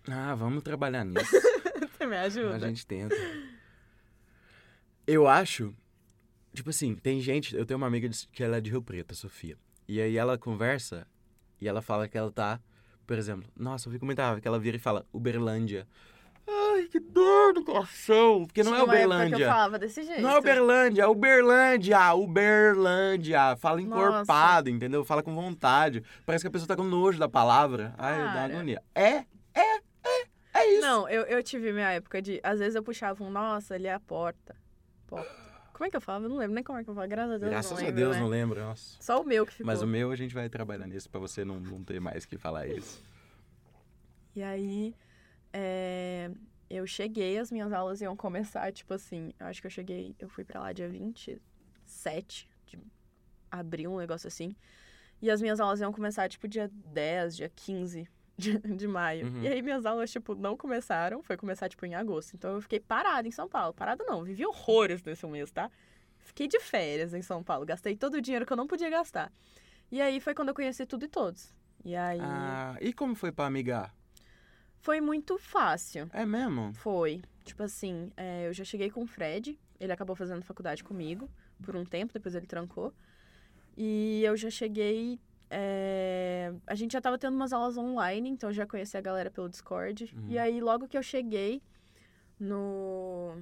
Ah, vamos trabalhar nisso. Você me ajuda? A gente tenta. Eu acho. Tipo assim, tem gente. Eu tenho uma amiga de- que ela é de Rio Preto, a Sofia. E aí ela conversa e ela fala que ela tá. Por exemplo, nossa, eu fico muito raiva que ela vira e fala Uberlândia. Ai, que dor no coração! Porque não é Tinha uma época que eu Uberlândia. falava desse jeito. Não é Uberlândia, é Uberlândia, Uberlândia. Fala encorpado, entendeu? Fala com vontade. Parece que a pessoa tá com nojo da palavra. Ai, dá Cara. agonia. É, é, é, é isso. Não, eu, eu tive minha época de. Às vezes eu puxava um, nossa, ali é a porta. Porta. Como é que eu falava? Eu não lembro nem como é que eu falava. Graças a Deus. eu Graças a não lembro, Deus, né? Tipo, não lembro, nossa. Só o meu que ficou. Mas o meu a gente vai trabalhar nisso pra você não, não ter mais que falar isso. E aí, é, eu cheguei, as minhas aulas iam começar, tipo assim, eu acho que eu cheguei, eu fui pra lá dia 27 de abril, um negócio assim. E as minhas aulas iam começar, tipo, dia 10, dia 15 de, de maio. Uhum. E aí minhas aulas, tipo, não começaram, foi começar, tipo, em agosto. Então eu fiquei parada em São Paulo. Parada não, vivi horrores nesse mês, tá? Fiquei de férias em São Paulo, gastei todo o dinheiro que eu não podia gastar. E aí foi quando eu conheci tudo e todos. E aí. Ah, e como foi pra amigar? Foi muito fácil. É mesmo? Foi. Tipo assim, é, eu já cheguei com o Fred, ele acabou fazendo faculdade comigo por um tempo, depois ele trancou. E eu já cheguei. é, a gente já tava tendo umas aulas online, então eu já conheci a galera pelo Discord. Uhum. E aí, logo que eu cheguei, no.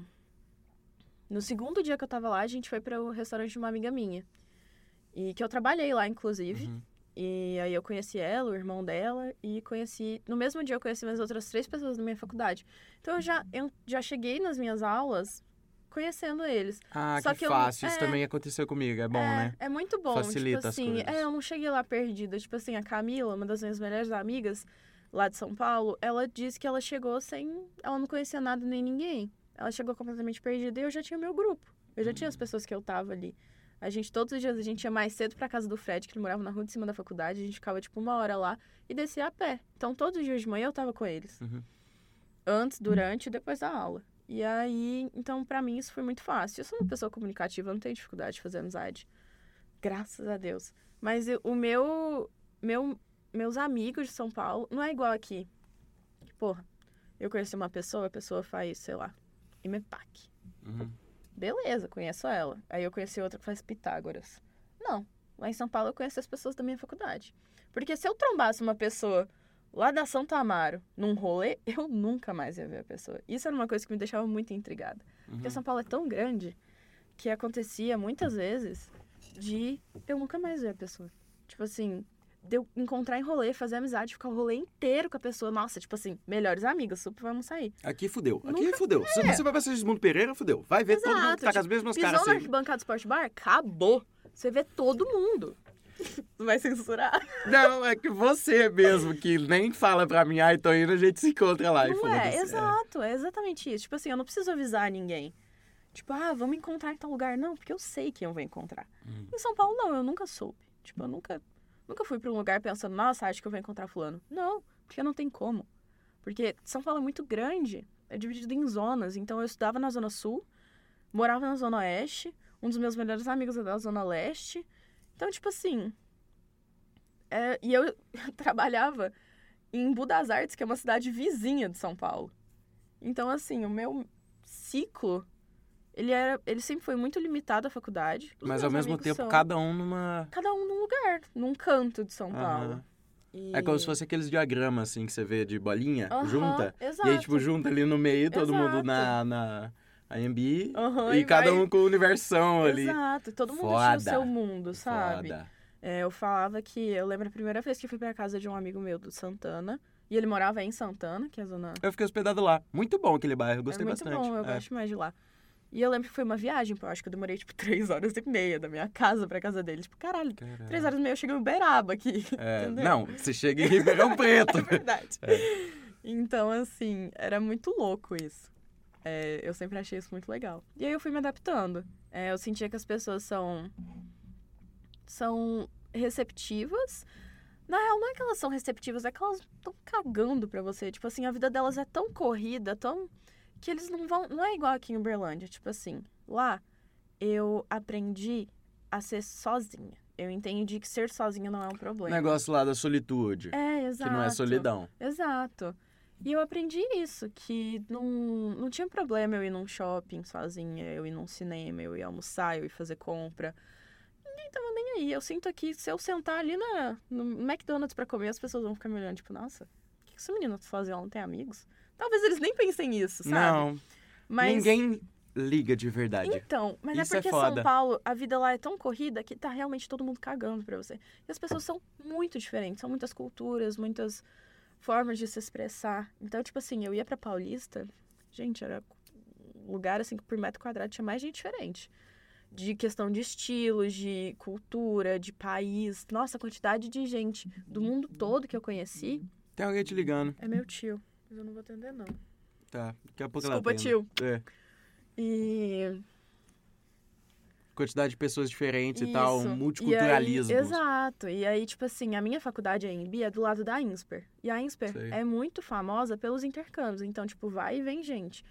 No segundo dia que eu tava lá, a gente foi para o restaurante de uma amiga minha. E que eu trabalhei lá, inclusive. Uhum. E aí eu conheci ela, o irmão dela, e conheci. No mesmo dia eu conheci mais outras três pessoas da minha faculdade. Então eu já, eu já cheguei nas minhas aulas conhecendo eles. Ah, Só que, que eu não- fácil. Isso é. também aconteceu comigo, é bom, é, né? é muito bom. Facilita tipo as assim, coisas. é, eu não cheguei lá perdida. Tipo assim, a Camila, uma das minhas melhores amigas lá de São Paulo, ela disse que ela chegou sem. Ela não conhecia nada nem ninguém. Ela chegou completamente perdida e eu já tinha meu grupo. Eu já tinha Uhum. as pessoas que eu tava ali. A gente, todos os dias, a gente ia mais cedo pra casa do Fred, que ele morava na rua de cima da faculdade. A gente ficava, tipo, uma hora lá e descia a pé. Então, todos os dias de manhã eu tava com eles. Uhum. Antes, durante e depois da aula. E aí, então, pra mim isso foi muito fácil. Eu sou uma pessoa comunicativa, eu não tenho dificuldade de fazer amizade. Graças a Deus. Mas eu- o meu, meu. Meus amigos de São Paulo não é igual aqui. Porra, eu conheci uma pessoa, a pessoa faz, sei lá, IMEPAC. Uhum. Beleza, conheço ela. Aí eu conheci outra que faz Pitágoras. Não, lá em São Paulo eu conheço as pessoas da minha faculdade. Porque se eu trombasse uma pessoa lá da Santa Amaro num rolê, eu nunca mais ia ver a pessoa. Isso era uma coisa que me deixava muito intrigada. uhum. Porque São Paulo é tão grande que acontecia muitas vezes de eu nunca mais ver a pessoa. Tipo assim, de eu encontrar em rolê, fazer amizade, ficar o rolê inteiro com a pessoa. Nossa, tipo assim, melhores amigos, super vamos sair. Aqui fudeu. Aqui Nunca- É. fudeu. Se você vai pra Sigismundo Pereira, fudeu. Vai ver todo mundo que Exato, tipo, tá com as mesmas Pisou caras na assim. arquibancada do Sport Bar? Acabou. Você vê todo mundo. Tu vai censurar? Não, é que você mesmo, que nem fala pra mim, ai, tô indo, a gente se encontra lá. e não foda-se. é, exato, é exatamente isso. Tipo assim, eu não preciso avisar ninguém. Tipo, ah, vamos encontrar em tal lugar. Não, porque eu sei quem eu vou encontrar. Hum. Em São Paulo, não, eu nunca soube. Tipo, eu nunca, nunca fui pra um lugar pensando, nossa, acho que eu vou encontrar fulano. Não, porque não tem como. Porque São Paulo é muito grande, é dividido em zonas. Então, eu estudava na Zona Sul, morava na Zona Oeste, um dos meus melhores amigos é da Zona Leste. Então, tipo assim... é, e eu trabalhava em Budas Artes, que é uma cidade vizinha de São Paulo. Então, assim, o meu ciclo, ele era, ele sempre foi muito limitado à faculdade. Os Mas meus ao mesmo amigos tempo, são cada um numa. cada um num lugar, num canto de São Aham. Paulo. E- É como se fosse aqueles diagramas assim que você vê de bolinha Aham, junta. Exato. E aí, tipo, junta ali no meio, todo mundo Exato. na, na IMB. Aham, e e cada vai- um com o universão ali. Exato, todo mundo tinha Foda. o seu mundo, sabe? Foda. É, eu falava que. Eu lembro a primeira vez que eu fui pra casa de um amigo meu do Santana. E ele morava em Santana, que é a zona. Eu fiquei hospedado lá. Muito bom aquele bairro, eu gostei é muito bastante. bom, eu É. gosto mais de lá. E eu lembro que foi uma viagem, pô. Eu acho que eu demorei, tipo, três horas e meia da minha casa pra casa dele. Tipo, caralho, Caralho. três horas e meia eu chego em Uberaba aqui. É, entendeu? não, você chega em Ribeirão Preto. É verdade. Então, assim, era muito louco isso. É, eu sempre achei isso muito legal. E aí eu fui me adaptando. É, eu sentia que as pessoas são. são receptivas. Na real, não é que elas são receptivas, é que elas estão cagando pra você. Tipo assim, a vida delas é tão corrida, tão. que eles não vão. Não é igual aqui em Uberlândia. Tipo assim, lá eu aprendi a ser sozinha. Eu entendi que ser sozinha não é um O problema. negócio lá da solitude, É, que exato. não é solidão. Exato. E eu aprendi isso, que não, não tinha problema eu ir num shopping sozinha, eu ir num cinema, eu ir almoçar, eu ir fazer compra. Ninguém tava nem aí. Eu sinto aqui, se eu sentar ali na, no McDonald's pra comer, as pessoas vão ficar me olhando, tipo, nossa, o que que essa menina tá fazendo? Ela não tem amigos? Talvez eles nem pensem isso, sabe? Não, Mas... ninguém liga de verdade. Então, mas Isso é é porque foda. São Paulo, a vida lá é tão corrida que tá realmente todo mundo cagando pra você. E as pessoas são muito diferentes, são muitas culturas, muitas formas de se expressar. Então, tipo assim, eu ia pra Paulista, gente, era um lugar assim que por metro quadrado tinha mais gente diferente. De questão de estilos, de cultura, de país. Nossa, a quantidade de gente do mundo todo que eu conheci Tem alguém te ligando. é meu tio. Mas eu não vou atender, não. Tá, daqui a pouco ela Desculpa, atende. tio. É, E quantidade quantidade de pessoas diferentes e Isso. tal, um multiculturalismo. E aí- exato. E aí, tipo assim, a minha faculdade, a INB, é do lado da INSPER. E a INSPER Sei. é muito famosa pelos intercâmbios. Então, tipo, vai e vem gente.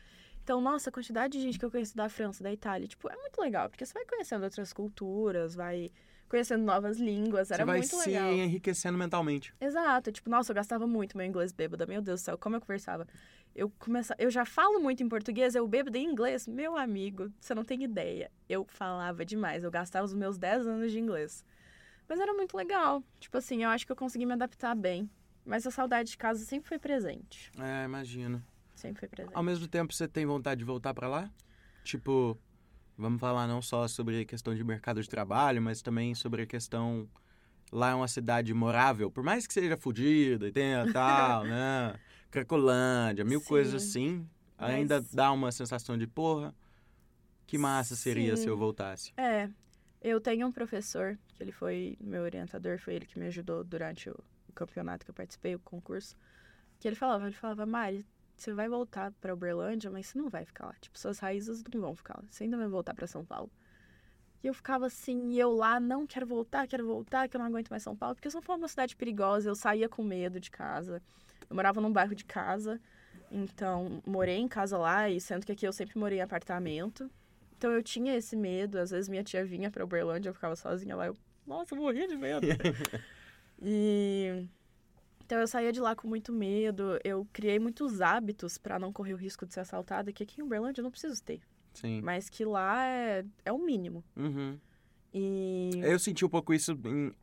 Então, nossa, a quantidade de gente que eu conheço da França, da Itália, tipo, é muito legal. Porque você vai conhecendo outras culturas, vai conhecendo novas línguas, era Você vai muito se legal. enriquecendo mentalmente. Exato, tipo, nossa, eu gastava muito meu inglês bêbada, meu Deus do céu, como eu conversava. Eu, começa... eu já falo muito em português, eu bêbada em inglês, meu amigo, você não tem ideia. Eu falava demais, eu gastava os meus 10 anos de inglês. Mas era muito legal, tipo assim, eu acho que eu consegui me adaptar bem. Mas a saudade de casa sempre foi presente, É, imagino. sempre foi presente. Ao mesmo tempo, você tem vontade de voltar pra lá? Tipo, vamos falar não só sobre a questão de mercado de trabalho, mas também sobre a questão. Lá é uma cidade morável, por mais que seja fodida e tenha tal, né? Cracolândia, mil Sim. coisas assim. Mas- Ainda dá uma sensação de porra. Que massa seria Sim. se eu voltasse. É, eu tenho um professor, que ele foi meu orientador, foi ele que me ajudou durante o, o campeonato que eu participei, o concurso, que ele falava, ele falava, Mari, você vai voltar pra Uberlândia, mas você não vai ficar lá, tipo, suas raízes não vão ficar lá, você ainda vai voltar pra São Paulo. E eu ficava assim, e eu lá, não quero voltar, quero voltar, que eu não aguento mais São Paulo, porque São Paulo é uma cidade perigosa, eu saía com medo de casa, eu morava num bairro de casa, então morei em casa lá, e sendo que aqui eu sempre morei em apartamento, então eu tinha esse medo, às vezes minha tia vinha pra Uberlândia, eu ficava sozinha lá, eu, nossa, eu morria de medo. e então eu saía de lá com muito medo, eu criei muitos hábitos pra não correr o risco de ser assaltada, que aqui em Uberlândia eu não preciso ter, Sim. mas que lá é, é o mínimo. Uhum. E Eu senti um pouco isso em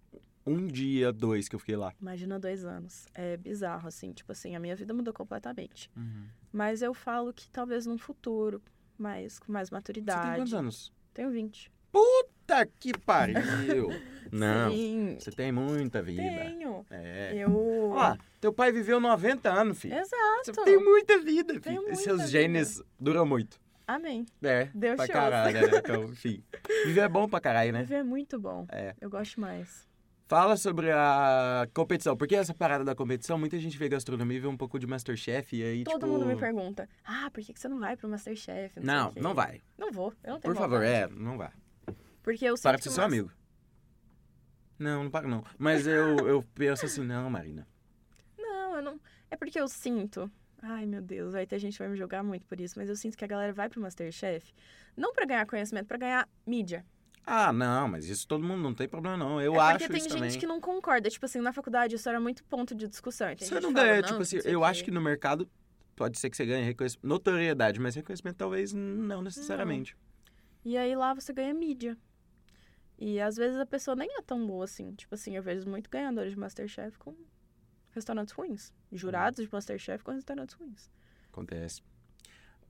um dia, dois que eu fiquei lá. imagina dois anos, é bizarro assim, tipo assim, a minha vida mudou completamente. Uhum. Mas eu falo que talvez num futuro, mais com mais Você tem maturidade. quantos anos? Tenho 20. Puta que pariu! Não. Sim, Você tem muita vida. tenho. É. Eu Ó, teu pai viveu 90 anos, filho. Exato. Você tem um muita vida, filho. Tenho E muita seus vida. genes duram muito. Amém. É. Deu pra chance. caralho, né? Então, enfim. Viver é bom pra caralho, né? Viver é muito bom. É. Eu gosto mais. Fala sobre a competição. Porque essa parada da competição, muita gente vê gastronomia e vê um pouco de Masterchef e aí, Todo tipo... mundo me pergunta: ah, por que que você não vai pro Masterchef? sei Não, o quê." não vai. Não vou. Eu não tenho Por favor, vontade. é, não vai. Porque eu Para sinto de que ser o é seu mas- amigo. Não, não para não. Mas eu, eu penso assim, não, Marina. Não, eu não. É porque eu sinto. Ai, meu Deus, vai ter gente que vai me jogar muito por isso, mas eu sinto que a galera vai pro Masterchef não pra ganhar conhecimento, pra ganhar mídia. Ah, não, mas isso todo mundo não tem problema não. Eu é porque acho tem isso gente também. que não concorda. Tipo assim, na faculdade isso era muito ponto de discussão. e tem Você gente não que fala, ganha, "Não, tipo não assim, sei eu o acho quê." que no mercado pode ser que você ganhe reconhecimento, notoriedade, mas reconhecimento talvez não necessariamente. E aí lá você ganha mídia. E às vezes a pessoa nem é tão boa assim. Tipo assim, eu vejo muito ganhadores de Masterchef com restaurantes ruins. Jurados de Masterchef com restaurantes ruins. Acontece.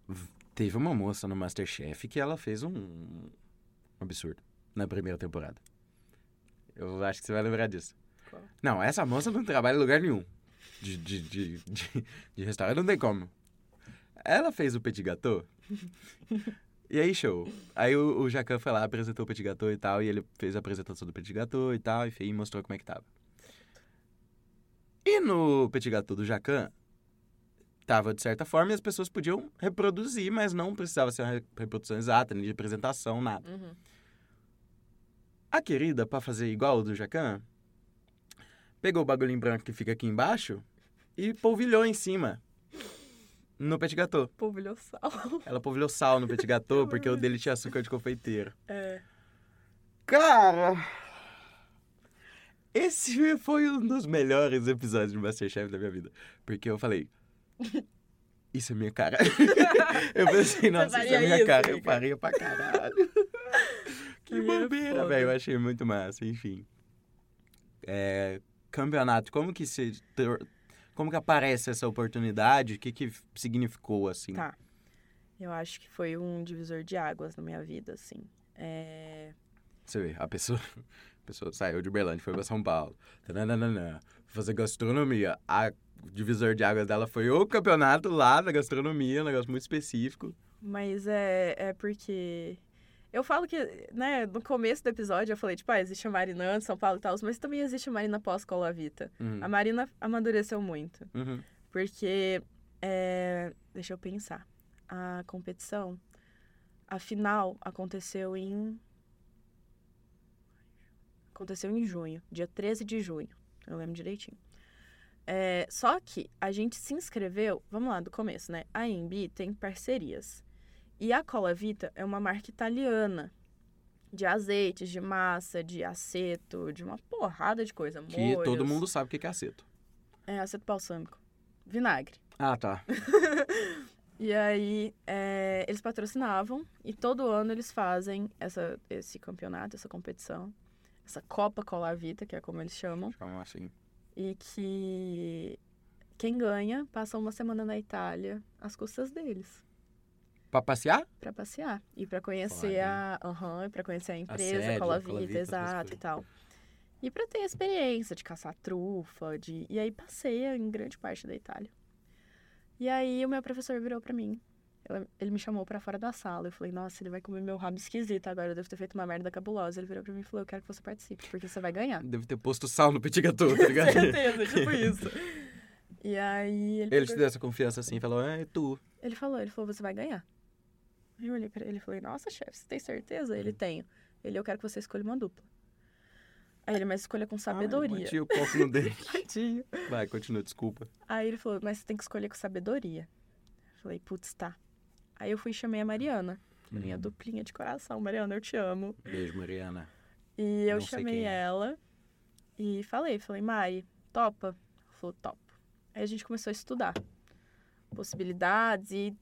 V- Teve uma moça no Masterchef que ela fez um, um absurdo na primeira temporada. Eu acho que você vai lembrar disso. Qual? Não, essa moça não trabalha em lugar nenhum. De, de, de, de, de restaurante não tem como. Ela fez o petit gâteau. e aí, show. Aí o, o Jacan foi lá, apresentou o petit gâteau e tal. E ele fez a apresentação do petit gâteau e tal. Enfim, mostrou como é que tava. E no petit gâteau do Jacan, tava de certa forma e as pessoas podiam reproduzir, mas não precisava ser uma re- reprodução exata, nem de apresentação, nada. Uhum. A querida, pra fazer igual o do Jacan, pegou o bagulhinho branco que fica aqui embaixo e polvilhou em cima. No petit gâteau. Polvilhou sal. Ela polvilhou sal no petit gâteau porque o dele tinha açúcar de confeiteiro. É. Cara! Esse foi um dos melhores episódios de Masterchef da minha vida. Porque eu falei. Isso é minha cara. eu pensei, nossa, isso é faria minha isso, cara. Eu Igor? faria pra caralho. que Primeiro bobeira, foda. velho. Eu achei muito massa, enfim. É, campeonato, como que se. tor- Como que aparece essa oportunidade? O que, que significou, assim? Tá. Eu acho que foi um divisor de águas na minha vida, assim. É... Você vê, a pessoa, a pessoa saiu de Uberlândia, foi pra São Paulo. Tananana, fazer gastronomia. A o divisor de águas dela foi o campeonato lá da gastronomia, um negócio muito específico. Mas é, é porque. Eu falo que, né, no começo do episódio eu falei, tipo, ah, existe a Marina de São Paulo e tal, mas também existe a Marina pós-Colavita. Uhum. A Marina amadureceu muito. Uhum. Porque, é, deixa eu pensar, a competição, a final aconteceu em. Aconteceu em junho, dia 13 de junho, eu lembro direitinho. É, só que a gente se inscreveu, vamos lá, do começo, né? A AMB tem parcerias. E a Cola Vita é uma marca italiana. de azeites, de massa, de aceto, de uma porrada de coisa. Que molhos. todo mundo sabe o que que é aceto. É, aceto balsâmico. Vinagre. Ah, tá. E aí, é, eles patrocinavam e todo ano eles fazem essa, esse campeonato, essa competição, essa Copa Colavita, que é como eles chamam, Chama assim. e que quem ganha passa uma semana na Itália às custas deles. Pra passear? Pra passear e pra conhecer a Olha. aham, para conhecer a empresa, sede, a Colavita, Colavita, essas exato e coisas. tal. E pra ter a experiência de caçar trufa, de e aí passeia em grande parte da Itália. E aí o meu professor virou pra mim. Ela- Ele me chamou pra fora da sala. Eu falei: "Nossa, ele vai comer meu rabo esquisito agora. Eu devo ter feito uma merda cabulosa". Ele virou pra mim e falou: "Eu quero que você participe, porque você vai ganhar". Deve ter posto sal no petit gâteau, tá ligado? Certeza, tipo isso. E aí ele Ele pegou- te deu essa confiança assim, falou, é tu. ele falou, ele falou, você vai ganhar. Aí eu olhei pra ele e falei, nossa, chefe, você tem certeza? Ele, tenho. Ele, eu quero que você escolha uma dupla. Aí ele, mas escolha com Ai, sabedoria. mati o copo no dele. Tadinho. Vai, continua, desculpa. Aí ele falou, mas você tem que escolher com sabedoria. Eu falei, putz, tá. Aí eu fui e chamei a Mariana, Uhum. minha duplinha de coração. Mariana, eu te amo. Beijo, Mariana. E eu Não sei chamei quem é. ela e falei, falei, Mari, topa? Ela falou, topo. Aí a gente começou a estudar possibilidades e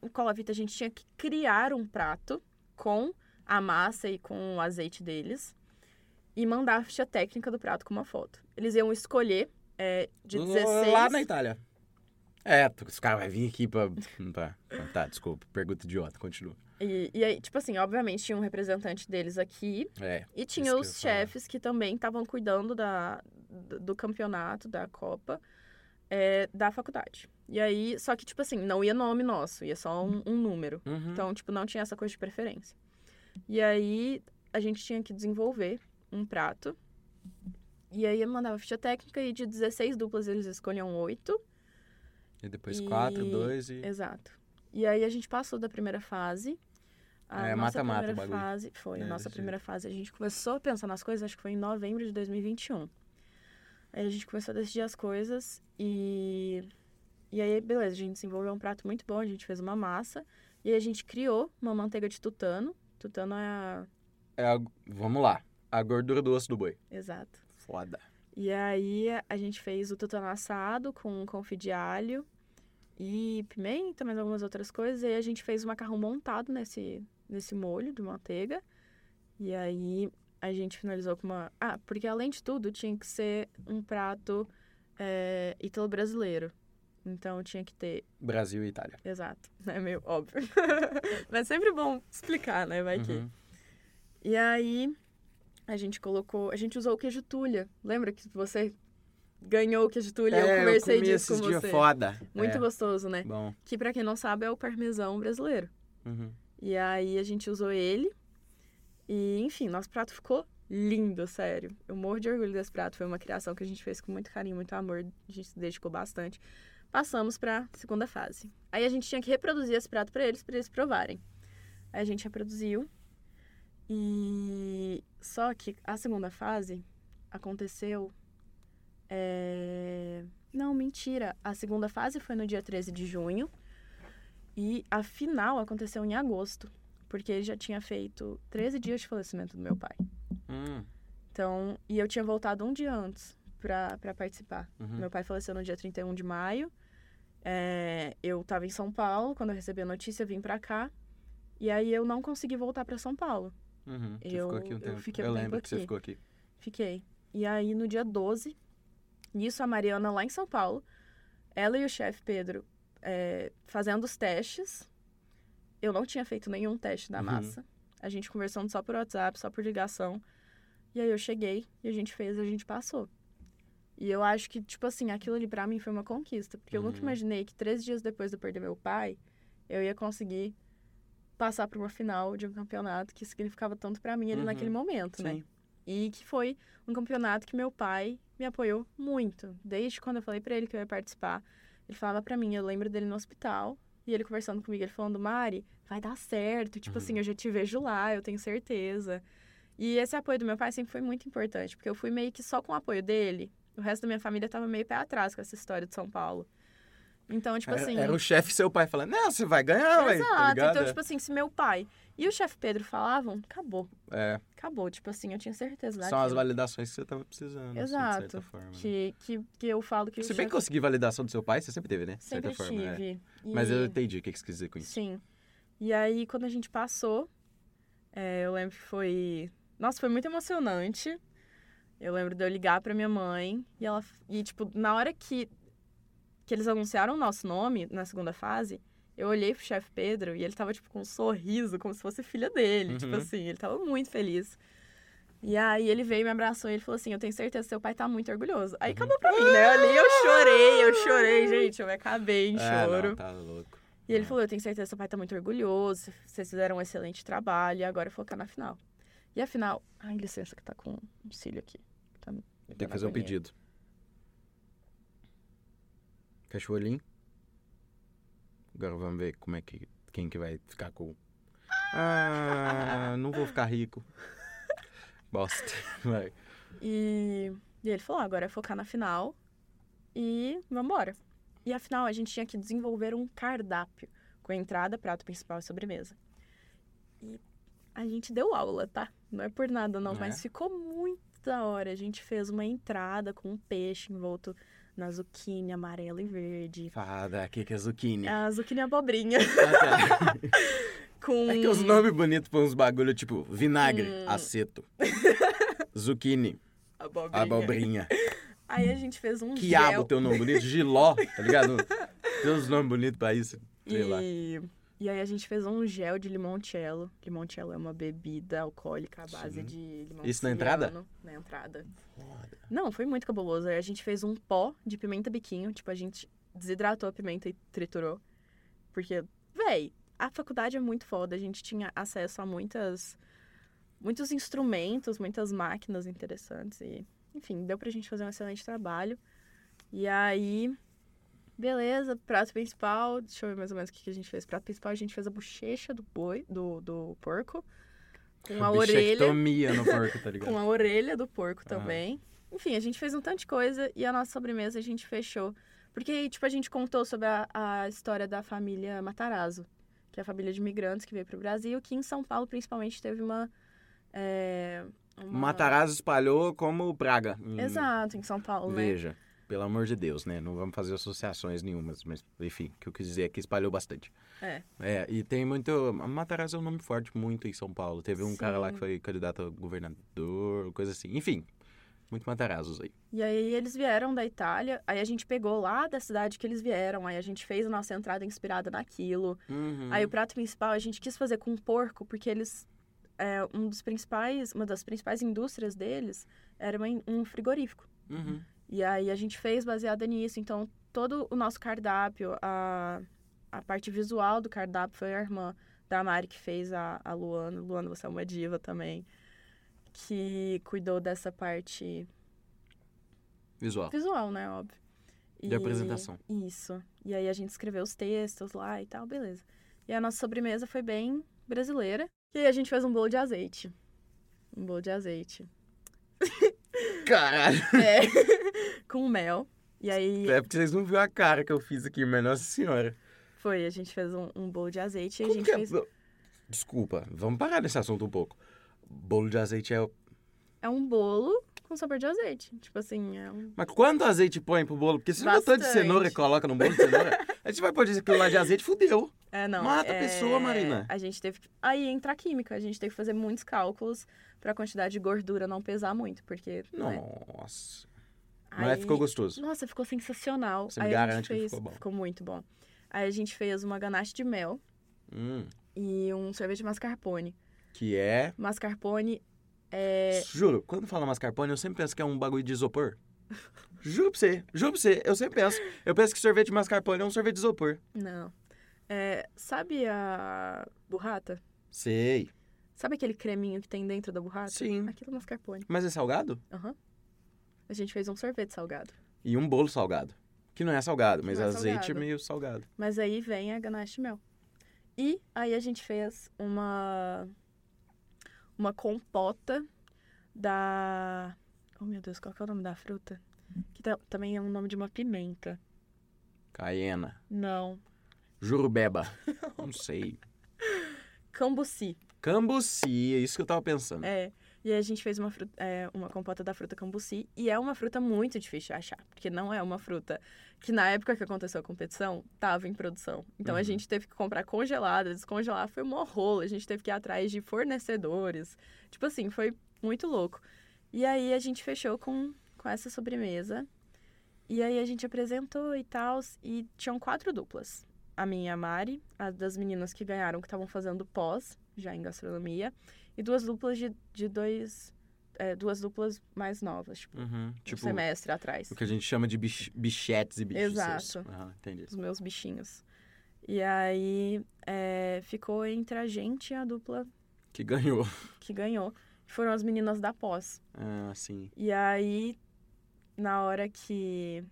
no Colavita a gente tinha que criar um prato com a massa e com o azeite deles e mandar a ficha técnica do prato com uma foto. Eles iam escolher é, de 16... Lá na Itália. É, tu- os caras vão vir aqui pra... Tá, tá, desculpa. Pergunta idiota, continua. E, e aí, tipo assim, obviamente tinha um representante deles aqui É, E tinha Isso que eu os ia falar. chefes que também estavam cuidando da, do, do campeonato, da Copa, é, da faculdade. E aí, só que, tipo assim, não ia nome nosso, ia só um, um número. uhum. Então, tipo, não tinha essa coisa de preferência. E aí, a gente tinha que desenvolver um prato. E aí, eu mandava ficha técnica e de 16 duplas eles escolhiam oito. e depois e- quatro, dois e... Exato. E aí a gente passou da primeira fase. A É, nossa mata-mata primeira o bagulho. fase foi É, a nossa desse primeira fase. A gente começou a pensar nas coisas, acho que foi em novembro de 2021. Aí a gente começou a decidir as coisas e e aí beleza, a gente desenvolveu um prato muito bom, a gente fez uma massa e aí a gente criou uma manteiga de tutano. Tutano é a... É a- Vamos lá. A gordura do osso do boi. exato. Foda. E aí a gente fez o tutano assado com confit de alho e pimenta, mais algumas outras coisas. E aí a gente fez o macarrão montado nesse, nesse molho de manteiga. E aí a gente finalizou com uma. Ah, porque além de tudo tinha que ser um prato é, ítalo-brasileiro. Então tinha que ter. Brasil e Itália. Exato. É meio óbvio. Mas é sempre bom explicar, né? Vai que. Uhum. E aí a gente colocou, a gente usou o queijo tulha. Lembra que você ganhou o queijo tulha? É, eu conversei comi disso esses com dias você. foda. Muito É, gostoso, né? bom. Que pra quem não sabe é o parmesão brasileiro. Uhum. E aí a gente usou ele. E enfim, nosso prato ficou lindo, sério. Eu morro de orgulho desse prato. Foi uma criação que a gente fez com muito carinho, muito amor. A gente se dedicou bastante. Passamos pra segunda fase. Aí a gente tinha que reproduzir esse prato pra eles, pra eles provarem. Aí a gente reproduziu. E só que a segunda fase aconteceu. é, Não, mentira. A segunda fase foi no dia 13 de junho. E a final aconteceu em agosto, porque ele já tinha feito 13 dias de falecimento do meu pai. Hum, Então, e eu tinha voltado um dia antes pra pra participar. uhum. Meu pai faleceu no dia 31 de maio. É, eu tava em São Paulo, quando eu recebi a notícia, eu vim pra cá. E aí eu não consegui voltar pra São Paulo. Uhum. Você Eu- ficou aqui um eu tempo. fiquei um eu tempo lembro que você aqui. ficou aqui. Fiquei. E aí no dia 12, nisso a Mariana lá em São Paulo, ela e o chefe Pedro é, fazendo os testes. Eu não tinha feito nenhum teste da Uhum. massa. A gente conversando só por WhatsApp, só por ligação. E aí eu cheguei e a gente fez, a gente passou. E eu acho que, tipo assim, aquilo ali pra mim foi uma conquista. Porque eu nunca Uhum. imaginei que três dias depois de eu perder meu pai, eu ia conseguir passar pra uma final de um campeonato que significava tanto pra mim ali Uhum. naquele momento, né? Sim. E que foi um campeonato que meu pai me apoiou muito. Desde quando eu falei pra ele que eu ia participar, ele falava pra mim, eu lembro dele no hospital, e ele conversando comigo, ele falando, Mari, vai dar certo, tipo Uhum. assim, eu já te vejo lá, eu tenho certeza. E esse apoio do meu pai sempre foi muito importante, porque eu fui meio que só com o apoio dele, o resto da minha família tava meio pé atrás com essa história de São Paulo. Então, tipo Era- assim... Era o chefe e seu pai falando, não, você vai ganhar, vai. Exato. tipo, Tá ligado? então, tipo assim, se meu pai E o chefe Pedro falavam, acabou. É, Acabou. Tipo assim, eu tinha certeza são as daquilo. validações que você tava precisando, assim, Exato. de certa forma. né? que, que, que eu falo que o Se bem chefe que conseguir validação do seu pai, você sempre teve, né? De certa sempre forma, é. tive. E- Mas eu entendi o que que você quis dizer com isso. Sim. E aí, quando a gente passou, é, eu lembro que foi. Nossa, foi muito emocionante. Eu lembro de eu ligar pra minha mãe e ela. E, tipo, na hora que, que eles anunciaram o nosso nome na segunda fase, eu olhei pro chefe Pedro e ele tava, tipo, com um sorriso, como se fosse filha dele. Uhum. Tipo assim, ele tava muito feliz. E aí ele veio, me abraçou e ele falou assim: Eu tenho certeza que seu pai tá muito orgulhoso. Aí acabou pra mim, né? Ali eu chorei, eu chorei, gente. Eu me acabei em Ah, choro. não, tá louco. E ele Ah. falou: Eu tenho certeza que seu pai tá muito orgulhoso, vocês fizeram um excelente trabalho, e agora focar na final. E a final. Ai, licença, que tá com um cílio aqui. Tá me Tem dando que fazer um agonia. pedido. Fecha o olhinho. Agora vamos ver como é que. Quem que vai ficar com. Ah, não vou ficar rico. Bosta. Vai. E, e ele falou: "Ah, Agora é focar na final e vambora. E a final a gente tinha que desenvolver um cardápio com entrada, prato principal e sobremesa. E a gente deu aula, tá? Não é por nada não, Não é? mas ficou muito da hora. A gente fez uma entrada com um peixe envolto na zucchini amarelo e verde. Fada, aqui que é zucchini. A zucchini abobrinha. Ah, tá. Com. É que os nomes bonitos pra uns bagulho tipo vinagre, Hum. aceto, zucchini, Abobrinha. abobrinha, Aí a gente fez um quiabo, gel. teu nome bonito, giló, tá ligado? Tem uns nomes bonitos pra isso. Sei lá. E... e aí a gente fez um gel de limoncello. Limoncello é uma bebida alcoólica à base Sim. de limão Isso na entrada? siciliano, Na entrada. Não, foi muito cabuloso. Aí a gente fez um pó de pimenta biquinho. Tipo, a gente desidratou a pimenta e triturou. Porque, véi, a faculdade é muito foda. A gente tinha acesso a muitas... Muitos instrumentos, muitas máquinas interessantes e... Enfim, deu pra gente fazer um excelente trabalho. E aí... Beleza, prato principal. Deixa eu ver mais ou menos o que que a gente fez. Prato principal, a gente fez a bochecha do boi, do, do porco. Com a orelha Bichectomia no porco, tá ligado? com a orelha do porco Aham. também. Enfim, a gente fez um tanto de coisa e a nossa sobremesa a gente fechou. Porque, tipo, a gente contou sobre a, a história da família Matarazzo, que é a família de imigrantes que veio pro Brasil, que em São Paulo, principalmente, teve uma... É, uma... Matarazzo espalhou como praga. Hum, Exato, em São Paulo, né? Veja, pelo amor de Deus, né? Não vamos fazer associações nenhumas, mas enfim, o que eu quis dizer é que espalhou bastante. É. É, e tem muito. Matarazzo é um nome forte muito em São Paulo. Teve um cara lá Sim. que foi candidato a governador, coisa assim. Enfim, muito Matarazos aí. E aí eles vieram da Itália, aí a gente pegou lá da cidade que eles vieram, aí a gente fez a nossa entrada inspirada naquilo. Uhum. Hum. Aí o prato principal a gente quis fazer com porco, porque eles. É, um dos principais, uma das principais indústrias deles era uma in- um frigorífico. Uhum. E aí a gente fez baseada nisso. Então, todo o nosso cardápio, a, a parte visual do cardápio foi a irmã da Mari que fez a, a Luana. Luana, você é uma diva também. Que cuidou dessa parte Visual. visual, né? Óbvio. De apresentação. Isso. E aí a gente escreveu os textos lá e tal, beleza. E a nossa sobremesa foi bem brasileira. E aí a gente fez um bolo de azeite. Um bolo de azeite. Caralho! É. Com mel. E aí É porque vocês não viram a cara que eu fiz aqui, mas nossa senhora. foi, a gente fez um, um bolo de azeite e a Como gente que é? fez. Desculpa, vamos parar nesse assunto um pouco. Bolo de azeite é. o- É um bolo com sabor de azeite. Tipo assim, é um. Mas quanto azeite põe pro bolo? Porque se não tanto de Bastante. cenoura e coloca no bolo de cenoura, a gente vai pôr aquilo lá de azeite, fudeu. É, não. Mata a é- pessoa, Marina. A gente teve que. Aí entra a química. A gente teve que fazer muitos cálculos pra quantidade de gordura não pesar muito, porque. né? Nossa. Mas é, Aí- ficou gostoso. Nossa, ficou sensacional. Você me a gente garante que fez- ficou bom. muito bom. Aí a gente fez uma ganache de mel Hum, e um sorvete de mascarpone. que é... Mascarpone é. Juro, quando fala mascarpone, eu sempre penso que é um bagulho de isopor. Juro pra você, juro pra você, eu sempre penso. Eu penso que sorvete de mascarpone é um sorvete de isopor. Não. É, sabe a burrata? Sei. Sabe aquele creminho que tem dentro da burrata? Sim. Aquilo é mascarpone. Mas é salgado? Aham. A gente fez um sorvete salgado. E um bolo salgado. Que não é salgado, mas Não é azeite salgado. é meio salgado. Mas aí vem a ganache de mel. E aí a gente fez uma uma compota da Oh meu Deus, qual que é o nome da fruta? Que ta- também é um nome de uma pimenta. Caiena. Não. Jurubeba. Não sei. cambuci. Cambuci, é isso que eu tava pensando. É. E a gente fez uma, fruta, é, uma compota da fruta cambuci. E é uma fruta muito difícil de achar. Porque não é uma fruta que, na época que aconteceu a competição, tava em produção. Então a Uhum. gente teve que comprar congelada, descongelar. Foi um rolo. A gente teve que ir atrás de fornecedores. Tipo assim, foi muito louco. E aí a gente fechou com, com essa sobremesa. E aí a gente apresentou e tal. E tinham quatro duplas. A minha e a Mari, a das meninas que ganharam, que estavam fazendo pós, já em gastronomia. E duas duplas de, de dois. é, duas duplas mais novas, tipo, Uhum. um Tipo, semestre atrás. o que a gente chama de bich- bichetes e bichos. Exato. seus. Aham, entendi. Os meus bichinhos. E aí é, ficou entre a gente e a dupla Que ganhou. que ganhou. Foram as meninas da pós. Ah, sim. E aí, na hora que.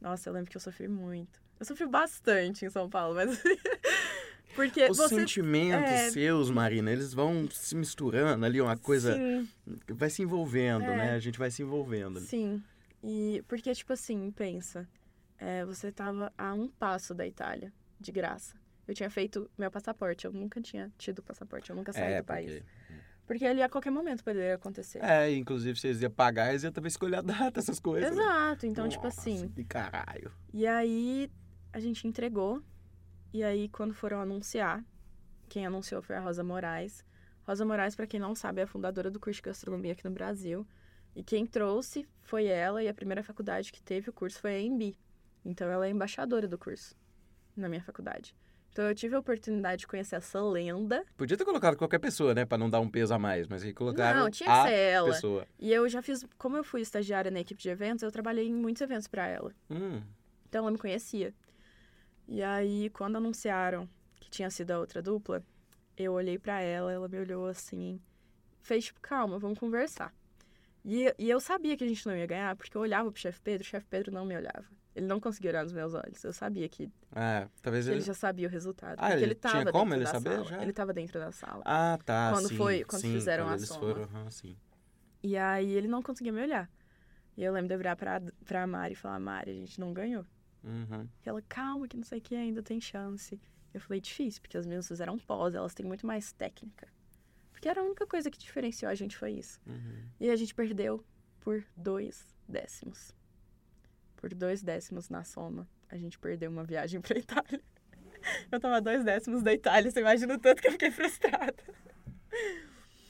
Nossa, eu lembro que eu sofri muito. Eu sofri bastante em São Paulo, mas. Porque Os você. sentimentos é. seus, Marina, eles vão se misturando ali, uma coisa. Sim, Vai se envolvendo, É. né? A gente vai se envolvendo. ali. sim. E porque, tipo assim, pensa. é, você tava a um passo da Itália, de graça. Eu tinha feito meu passaporte, eu nunca tinha tido passaporte, eu nunca saí É, do país. porque... Porque ali a qualquer momento poderia acontecer. é, inclusive, vocês iam pagar, eles iam também escolher a data, essas coisas. né? Exato, então, tipo Nossa, assim. Que caralho. E aí a gente entregou. E aí quando foram anunciar, quem anunciou foi a Rosa Moraes. Rosa Moraes, pra quem não sabe, é a fundadora do curso de gastronomia aqui no Brasil. E quem trouxe foi ela e a primeira faculdade que teve o curso foi a EMB. Então ela é embaixadora do curso na minha faculdade. Então eu tive a oportunidade de conhecer essa lenda. Podia ter colocado qualquer pessoa, né? Pra não dar um peso a mais, mas aí colocaram não, tinha que a ser ela. pessoa. E eu já fiz, como eu fui estagiária na equipe de eventos, eu trabalhei em muitos eventos pra ela. Hum, Então ela me conhecia. E aí, quando anunciaram que tinha sido a outra dupla, eu olhei pra ela, ela me olhou assim, fez tipo, calma, vamos conversar. E, e eu sabia que a gente não ia ganhar, porque eu olhava pro chefe Pedro, o chefe Pedro não me olhava. Ele não conseguia olhar nos meus olhos. Eu sabia que, é, talvez que ele... ele já sabia o resultado. Ah, porque ele ele tava tinha como dentro ele da saber sala. já? Ele tava dentro da sala. Ah, tá, Quando sim, foi- quando sim, fizeram quando a eles soma. foram, aham, sim. E aí ele não conseguia me olhar. E eu lembro de eu virar pra, pra Mari e falar, Mari, a gente não ganhou. Uhum. E ela, calma, que não sei o que, ainda tem chance. Eu falei, difícil, porque as meninas fizeram pós, elas têm muito mais técnica. Porque era a única coisa que diferenciou a gente foi isso. Uhum. E a gente perdeu por dois décimos. Por dois décimos na soma, a gente perdeu uma viagem pra Itália. Eu tava a dois décimos da Itália, você imagina o tanto que eu fiquei frustrada.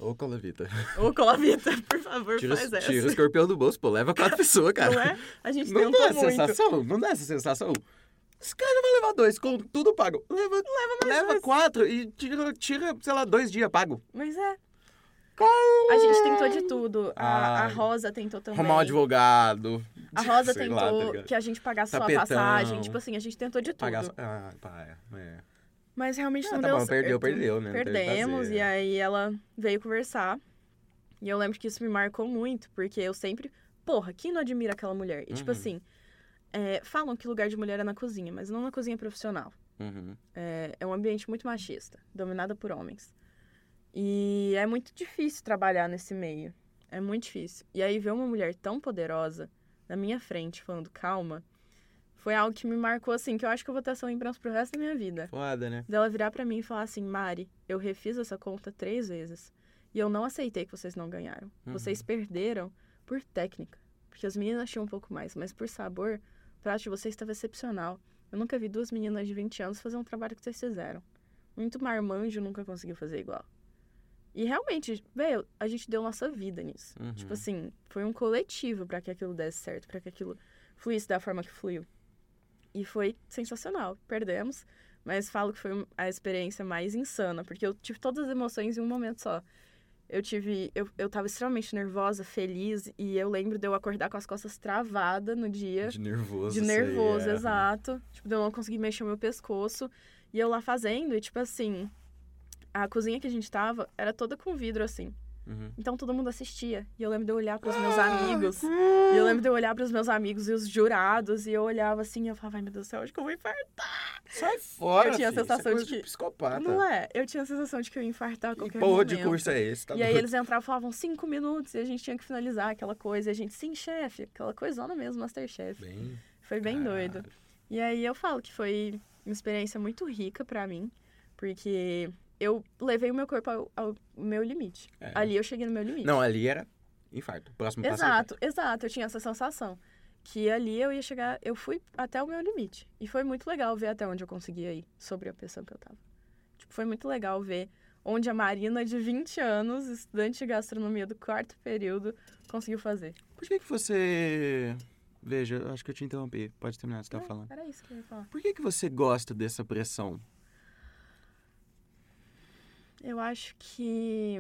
Ô, Colavita, Ô, Colavita, por favor, tira, faz o- essa. tira o escorpião do bolso, pô, leva quatro pessoas, cara. Não é? A gente Não tentou dá essa muito. sensação? Não dá essa sensação? Os caras vão levar dois, com tudo pago. Leva, leva, quatro e tira, tira, sei lá, dois dias pago. Mas é. A gente tentou de tudo. A, a Ai. Rosa tentou também. Arrumar um advogado. A Rosa sei lá, tá tentou ligado? que a gente pagasse só Tapetão. a passagem. Tipo assim, a gente tentou de tudo. Pagar... Ah, pá, é. Mas realmente Ah, não tá deu bom, perdeu, certo. perdeu, né? Não teve o que Perdemos, fazer. e aí ela veio conversar. E eu lembro que isso me marcou muito, porque eu sempre. Porra, quem não admira aquela mulher? E tipo Uhum. assim, é, falam que lugar de mulher é na cozinha, mas não na cozinha profissional. Uhum. É, é um ambiente muito machista, dominado por homens. E é muito difícil trabalhar nesse meio. É muito difícil. E aí ver uma mulher tão poderosa na minha frente falando calma, foi algo que me marcou assim, que eu acho que eu vou ter essa lembrança pro resto da minha vida. Foda, né? Dela virar pra mim e falar assim, Mari, eu refiz essa conta três vezes. E eu não aceitei que vocês não ganharam. Uhum. Vocês perderam por técnica. Porque as meninas tinham um pouco mais, mas por sabor, o prato de vocês estava excepcional. Eu nunca vi duas meninas de 20 anos fazer um trabalho que vocês fizeram. Muito marmanjo nunca conseguiu fazer igual. E realmente, velho, a gente deu nossa vida nisso. Uhum. Tipo assim, foi um coletivo pra que aquilo desse certo, pra que aquilo fluísse da forma que fluiu. E foi sensacional. Perdemos, mas falo que foi um, a experiência mais insana, porque eu tive todas as emoções em um momento só. Eu tive. Eu, eu tava extremamente nervosa, feliz, e eu lembro de eu acordar com as costas travadas no dia. De nervoso. De isso aí, nervoso, é. exato. Tipo, de eu não consegui mexer o meu pescoço. E eu lá fazendo, e tipo assim, a cozinha que a gente tava era toda com vidro, assim. Uhum. Ah, Então todo mundo assistia. E eu lembro de eu olhar pros meus amigos. E eu lembro de eu olhar pros meus amigos e os jurados. E eu olhava assim, e eu falava, ai meu Deus do céu, acho que eu vou infartar. Sai fora, Eu tinha a filho, sensação isso é coisa de que- psicopata. Não é? Eu tinha a sensação de que eu ia infartar a Que qualquer porra momento. de curso é esse? Tá E aí doido? eles entravam e falavam cinco minutos e a gente tinha que finalizar aquela coisa. E a gente, sim, chefe, aquela coisona mesmo, Masterchef. Bem, Foi bem caralho. doido. E aí eu falo que foi uma experiência muito rica pra mim, porque eu levei o meu corpo ao, ao meu limite. É. Ali eu cheguei no meu limite. Não, ali era infarto. Próximo passo. era Exato, exato. Eu tinha essa sensação que ali eu ia chegar, eu fui até o meu limite. E foi muito legal ver até onde eu conseguia ir sobre a pessoa que eu tava. Tipo, foi muito legal ver onde a Marina, de 20 anos, estudante de gastronomia do quarto período, conseguiu fazer. infarto. Por que que você... Veja, eu acho que eu te interrompi. Pode terminar o que você tava Ah, Tá falando. Era isso que eu ia falar. Por que que você gosta dessa pressão? Eu acho que.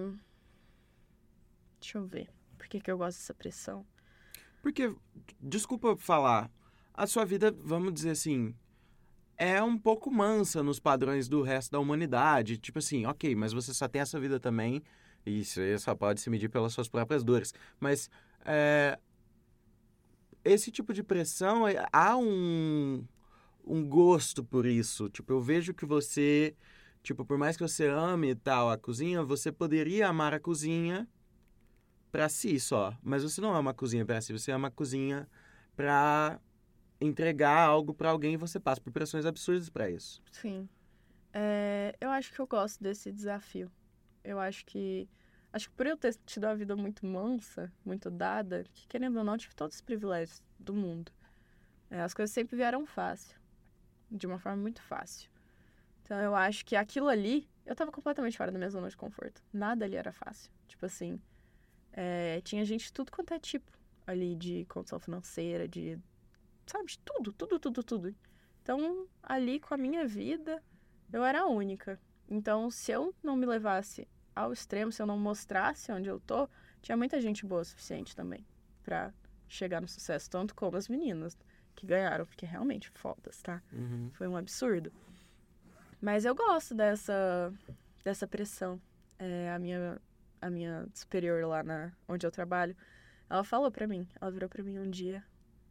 Deixa eu ver. Por que, que eu gosto dessa pressão? Porque, desculpa falar, a sua vida, vamos dizer assim, é um pouco mansa nos padrões do resto da humanidade. Tipo assim, ok, mas você só tem essa vida também, e isso aí só pode se medir pelas suas próprias dores. Mas é, esse tipo de pressão, é, há um, um gosto por isso. Tipo, eu vejo que você, tipo, por mais que você ame e tal a cozinha, você poderia amar a cozinha pra si só. Mas você não é uma cozinha pra si, você é uma cozinha pra entregar algo pra alguém e você passa por pressões absurdas pra isso. Sim. É, eu acho que eu gosto desse desafio. Eu acho que. Acho que por eu ter tido uma vida muito mansa, muito dada, que querendo ou não, eu tive todos os privilégios do mundo. É, as coisas sempre vieram fácil. De uma forma muito fácil. Então eu acho que aquilo ali. Eu tava completamente fora da minha zona de conforto. Nada ali era fácil. Tipo assim. é, tinha gente de tudo quanto é tipo ali de condição financeira, de. Sabe, de tudo, tudo, tudo, tudo. Então, ali com a minha vida, eu era a única. Então, se eu não me levasse ao extremo, se eu não mostrasse onde eu tô, tinha muita gente boa o suficiente também pra chegar no sucesso, tanto como as meninas que ganharam, porque realmente fodas, tá? Uhum. Foi um absurdo. Mas eu gosto dessa, dessa pressão. É, a, minha, a minha superior lá na, onde eu trabalho, ela falou pra mim, ela virou pra mim um dia,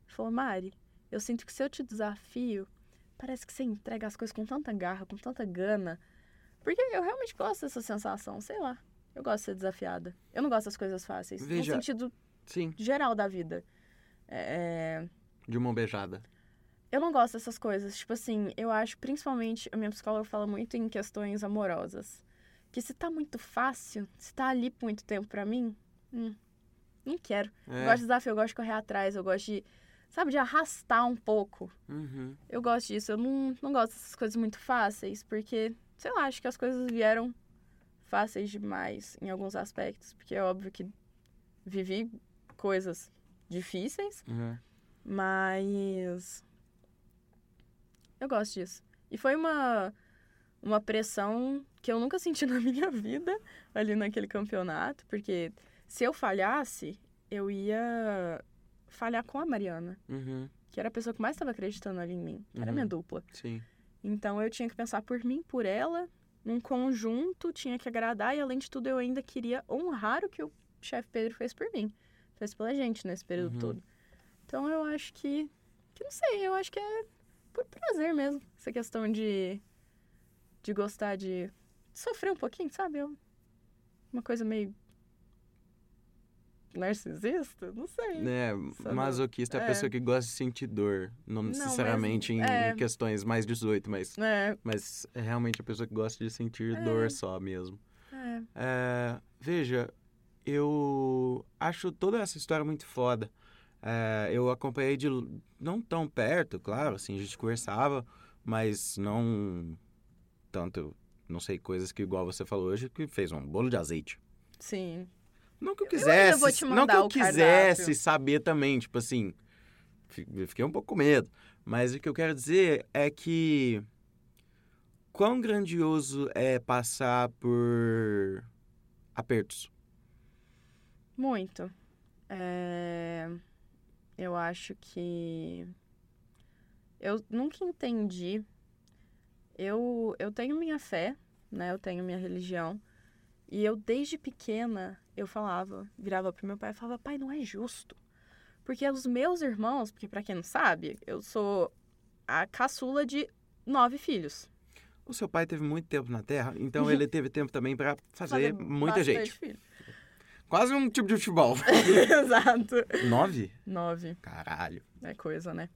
falou, Mari, eu sinto que se eu te desafio, parece que você entrega as coisas com tanta garra, com tanta gana. Porque eu realmente gosto dessa sensação, sei lá. Eu gosto de ser desafiada. Eu não gosto das coisas fáceis. Veja- No sentido Sim, geral da vida. É, é, de mão beijada. eu não gosto dessas coisas. Tipo assim, eu acho, principalmente, a minha psicóloga fala muito em questões amorosas. Que se tá muito fácil, se tá ali por muito tempo pra mim, hum, não quero. Eu É. gosto de desafio, eu gosto de correr atrás, eu gosto de, sabe, de arrastar um pouco. Uhum. Eu gosto disso, eu não, não gosto dessas coisas muito fáceis, porque, sei lá, acho que as coisas vieram fáceis demais em alguns aspectos. Porque é óbvio que vivi coisas difíceis, Uhum. mas. Eu gosto disso. E foi uma, uma pressão que eu nunca senti na minha vida ali naquele campeonato, porque se eu falhasse, eu ia falhar com a Mariana, Uhum. que era a pessoa que mais estava acreditando ali em mim, que era Uhum. minha dupla. Sim. Então eu tinha que pensar por mim, por ela, num conjunto, tinha que agradar, e além de tudo, eu ainda queria honrar o que o chefe Pedro fez por mim. Fez pela gente nesse período Uhum. todo. Então eu acho que. Que não sei, eu acho que é por prazer mesmo. Essa questão de. De gostar de. de sofrer um pouquinho, sabe? Eu- uma coisa meio. narcisista? Não sei. É, Sabe? masoquista é a É. pessoa que gosta de sentir dor. Não Não, mas- necessariamente em é. questões mais 18, mas, É, mas é realmente a pessoa que gosta de sentir É. dor só mesmo. é. É, veja, eu acho toda essa história muito foda. É, eu acompanhei de l- não tão perto, claro, assim, a gente conversava, mas não tanto, não sei, coisas que igual você falou hoje, que fez um bolo de azeite. Sim. Não que eu Eu ainda quisesse, vou te não que mandar eu o cardápio. quisesse saber também, tipo assim, fi- eu fiquei um pouco com medo. Mas o que eu quero dizer é que quão grandioso é passar por apertos. Muito. É, Eu acho que. Eu nunca entendi. Eu, eu tenho minha fé, né? Eu tenho minha religião. E eu, desde pequena, eu falava, virava pro meu pai e falava: pai, não é justo. Porque os meus irmãos, porque pra quem não sabe, eu sou a caçula de nove filhos. O seu pai teve muito tempo na Terra, então ele teve tempo também pra fazer muita bastante gente. filho. Quase um tipo de futebol. Exato. Nove? Nove. Caralho. É coisa, né?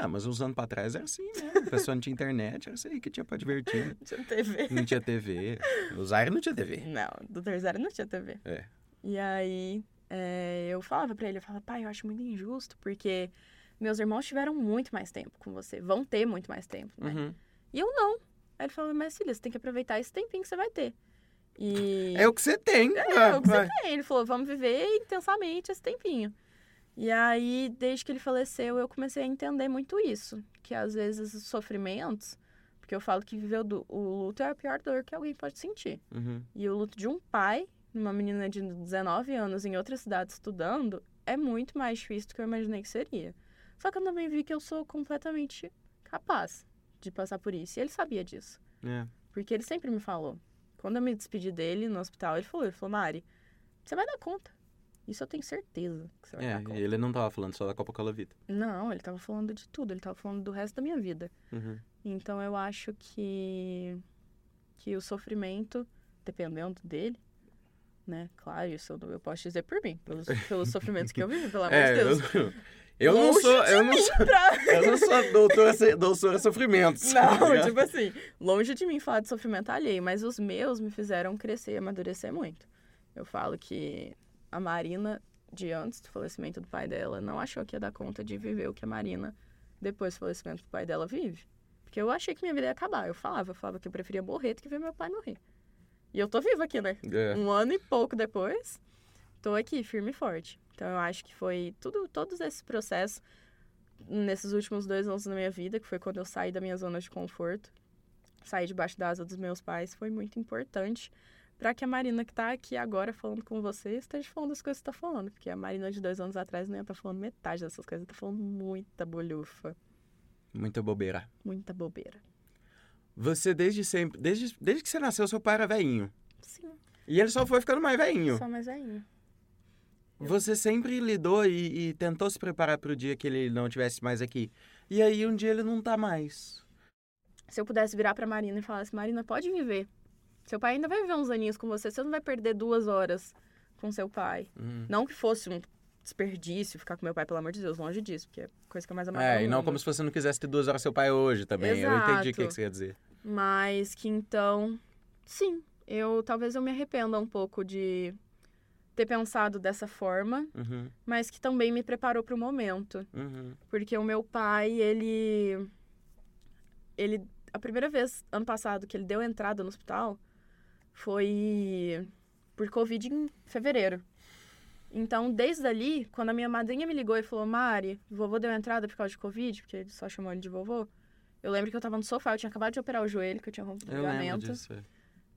Ah, mas uns anos pra trás era assim, né? A pessoa não tinha internet, era isso aí que tinha pra divertir. Tinha TV. Não tinha TV. O Zaire não tinha TV. Não, do terceiro não tinha TV. É. E aí é, eu falava pra ele, eu falava, pai, eu acho muito injusto, porque meus irmãos tiveram muito mais tempo com você, vão ter muito mais tempo, né? Uhum. E eu não. Aí ele falou, mas filha, você tem que aproveitar esse tempinho que você vai ter. E É o que você tem. é o que você tem. Ele falou, vamos viver intensamente esse tempinho. E aí, desde que ele faleceu, eu comecei a entender muito isso. Que às vezes os sofrimentos, porque eu falo que viver o du- o luto é a pior dor que alguém pode sentir. Uhum. E o luto de um pai, numa menina de 19 anos em outra cidade estudando, é muito mais difícil do que eu imaginei que seria. Só que eu também vi que eu sou completamente capaz de passar por isso. E ele sabia disso. É. Porque ele sempre me falou. Quando eu me despedi dele no hospital, ele falou, ele falou, Mari, você vai dar conta. Isso eu tenho certeza que você vai dar É, conta. e ele não tava falando só da Copacabana Vida. Não, ele tava falando de tudo, ele tava falando do resto da minha vida. Uhum. Então eu acho que que o sofrimento, dependendo dele, né? Claro, isso eu, eu posso dizer por mim, pelos, pelos sofrimentos que eu vivi, pelo amor de É, eu, Ah, Deus. eu não Longe sou, eu não sou, Pra- eu não sou doutora, se- doutora sofrimentos. tá Não, ligado? tipo assim, longe de mim falar de sofrimento alheio, mas os meus me fizeram crescer e amadurecer muito. Eu falo que a Marina, de antes do falecimento do pai dela, não achou que ia dar conta de viver o que a Marina, depois do falecimento do pai dela, vive. Porque eu achei que minha vida ia acabar. Eu falava, eu falava que eu preferia morrer do que ver meu pai morrer. E eu tô viva aqui, né? É. Um ano e pouco depois, tô aqui, firme e forte. Então eu acho que foi tudo, todos esses processos nesses últimos dois anos da minha vida, que foi quando eu saí da minha zona de conforto, saí debaixo da asa dos meus pais, foi muito importante para que a Marina que tá aqui agora falando com você esteja falando as coisas que tá falando. Porque a Marina de dois anos atrás não ia estar falando metade dessas coisas, tá falando muita bolhufa, Muita bobeira. muita bobeira. Você desde sempre, desde, desde que você nasceu, seu pai era velhinho. Sim, E ele só foi ficando mais velhinho. só mais ainda. Você sempre lidou e, e tentou se preparar pro dia que ele não estivesse mais aqui. E aí um dia ele não tá mais. se eu pudesse virar pra Marina e falasse, Marina, pode viver. Seu pai ainda vai viver uns aninhos com você, você não vai perder duas horas com seu pai. Hum. Não que fosse um desperdício ficar com meu pai, pelo amor de Deus, longe disso, porque é a coisa que eu mais amava. É, no e não mundo. como se você não quisesse ter duas horas seu pai hoje também. Eu entendi o que, Exato. que você quer dizer. Mas que então, sim, eu talvez eu me arrependa um pouco de ter pensado dessa forma, Uhum, mas que também me preparou pro momento. uhum, Porque o meu pai, ele. Ele. A primeira vez, ano passado, que ele deu entrada no hospital foi por Covid em fevereiro. Então, desde ali, quando a minha madrinha me ligou e falou, Mari, vovô deu entrada por causa de Covid, porque ele só chamou ele de vovô. Eu lembro que eu tava no sofá, eu tinha acabado de operar o joelho, que eu tinha rompido o Eu lembro ligamento. disso. é.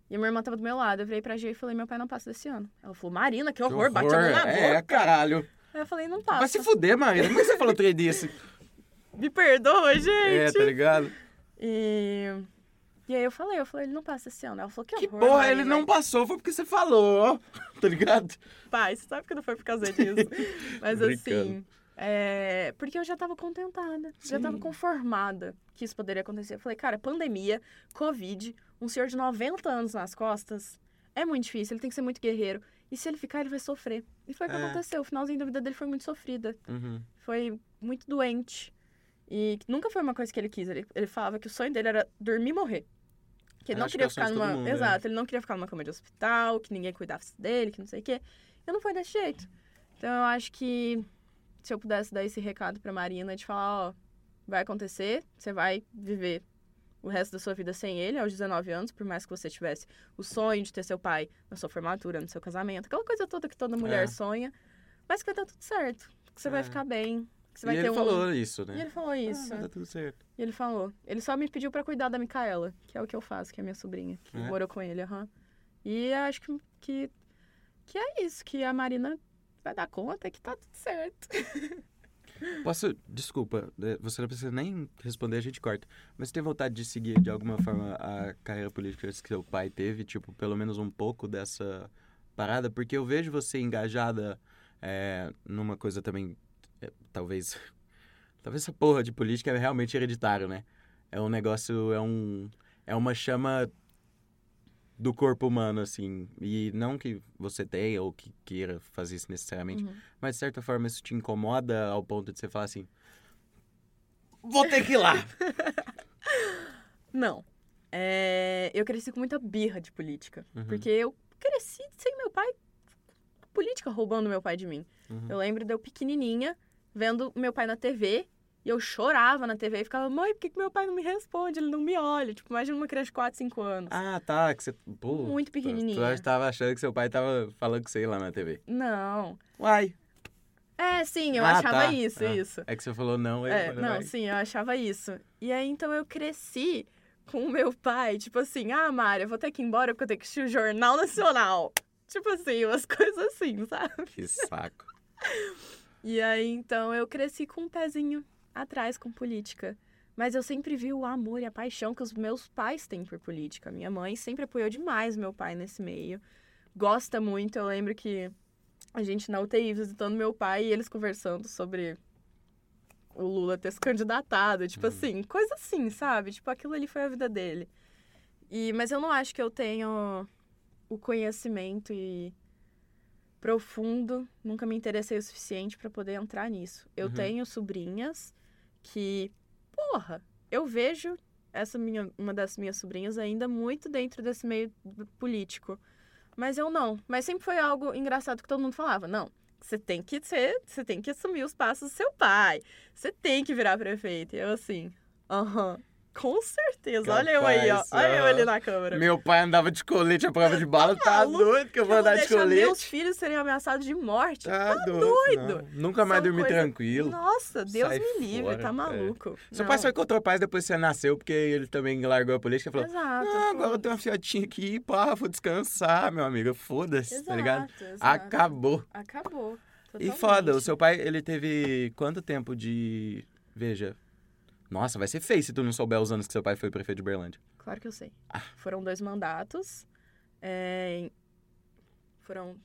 E a minha irmã tava do meu lado. Eu virei pra G e falei, meu pai não passa desse ano. Ela falou, Marina, que Que horror, bateu na boca. É, caralho. Aí eu falei, não passa. Vai se fuder, Marina. Como é que você falou três disso? Me perdoa, gente. É, tá ligado? E... e aí eu falei, eu falei, ele não passa esse ano. Ela falou, que Que horror, porra, Marina. ele não passou, foi porque você falou. Tá ligado? Pai, você sabe que não foi por causa disso. Mas assim... Brincando. é, Porque eu já tava contentada, já Sim. tava conformada que isso poderia acontecer. Eu falei, cara, pandemia, Covid, um senhor de 90 anos nas costas, é muito difícil, ele tem que ser muito guerreiro. E se ele ficar, ele vai sofrer. E foi o que É. aconteceu, o finalzinho da vida dele foi muito sofrida. Uhum. foi muito doente. E nunca foi uma coisa que ele quis. Ele, ele falava que o sonho dele era dormir e morrer. Que ele Eu não acho que queria é o sonho ficar de numa. todo mundo, né? Exato, ele não queria ficar numa cama de hospital, que ninguém cuidasse dele, que não sei o quê. E não foi desse jeito. Então eu acho que se eu pudesse dar esse recado pra Marina de falar, ó, vai acontecer, você vai viver o resto da sua vida sem ele aos 19 anos, por mais que você tivesse o sonho de ter seu pai na sua formatura, no seu casamento, aquela coisa toda que toda mulher É. sonha, mas que vai dar tudo certo, que você vai É. ficar bem, que e você vai ele ter um... falou isso, E né? ele falou isso. Ah, tá tudo certo. E ele falou. Ele só me pediu pra cuidar da Micaela, que é o que eu faço, que é a minha sobrinha, que É? morou com ele, aham. E acho que, que, que é isso, que a Marina vai dar conta que tá tudo certo. Posso, desculpa, eh, você não precisa nem responder, a gente corta. Mas você tem vontade de seguir de alguma forma a carreira política que seu pai teve? Tipo, pelo menos um pouco dessa parada? Porque eu vejo você engajada eh, numa coisa também, eh, talvez. Talvez essa porra de política é realmente hereditário, né? É um negócio, é um. É uma chama do corpo humano, assim. E não que você tenha ou que queira fazer isso necessariamente. Mas, de certa forma, isso te incomoda ao ponto de você falar assim: vou ter que ir lá. Não. É, eu cresci com muita birra de política. Uhum. Porque eu cresci sem meu pai. Política roubando meu pai de mim. Uhum. Eu lembro de eu pequenininha vendo meu pai na TV. E eu chorava na TV e ficava, mãe, por que, que meu pai não me responde? Ele não me olha. Tipo, imagina uma criança de 4, 5 anos. Ah, tá. Que você... Pô, Muito pequenininha. Tu acha- tava achando que seu pai tava falando com você lá na TV. Não. Uai. É, sim, eu Ah, achava tá. isso, Ah. isso. É que você falou não. aí eu É, falei, não, uai. sim, eu achava isso. E aí, então, eu cresci com o meu pai, tipo assim, ah, Mari, eu vou ter que ir embora porque eu tenho que assistir o Jornal Nacional. Tipo assim, umas coisas assim, sabe? Que saco. E aí, então, eu cresci com um pezinho atrás com política. Mas eu sempre vi o amor e a paixão que os meus pais têm por política. Minha mãe sempre apoiou demais meu pai nesse meio. Gosta muito. Eu lembro que a gente na UTI visitando meu pai e eles conversando sobre o Lula ter se candidatado. Tipo Uhum. assim, coisa assim, sabe? Tipo, aquilo ali foi a vida dele. E, mas eu não acho que eu tenho o conhecimento e profundo. Nunca me interessei o suficiente para poder entrar nisso. Eu Uhum. tenho sobrinhas que, porra, eu vejo essa minha uma das minhas sobrinhas ainda muito dentro desse meio político. Mas eu não. Mas sempre foi algo engraçado que todo mundo falava. Não, você tem que ser, você tem que assumir os passos do seu pai. Você tem que virar prefeito. E eu assim, aham. Com certeza. Olha eu aí, ó. Capaz, Olha eu aham. ali na câmera. Meu pai andava de colete à prova de bala. Tá maluco? doido que eu Eu vou vou andar de deixar meus colete? filhos serem ameaçados de morte. Tá doido. doido. não. Nunca mais São dormi coisa- tranquilo. Nossa, Deus Sai me livre, fora, tá é. maluco. Seu Não. pai só encontrou paz depois que você nasceu, porque ele também largou a política e falou: Exato. Não, agora eu foda-se. tenho uma fiotinha aqui, pá, vou descansar, meu amigo. Foda-se, tá ligado? Exato, exato. Acabou. Acabou. E foda, o totalmente. seu pai, ele teve quanto tempo de. Veja. Nossa, vai ser feio se tu não souber os anos que seu pai foi prefeito de Berlândia. Claro que eu sei. Ah. Foram dois mandatos. é, em- Foram, foram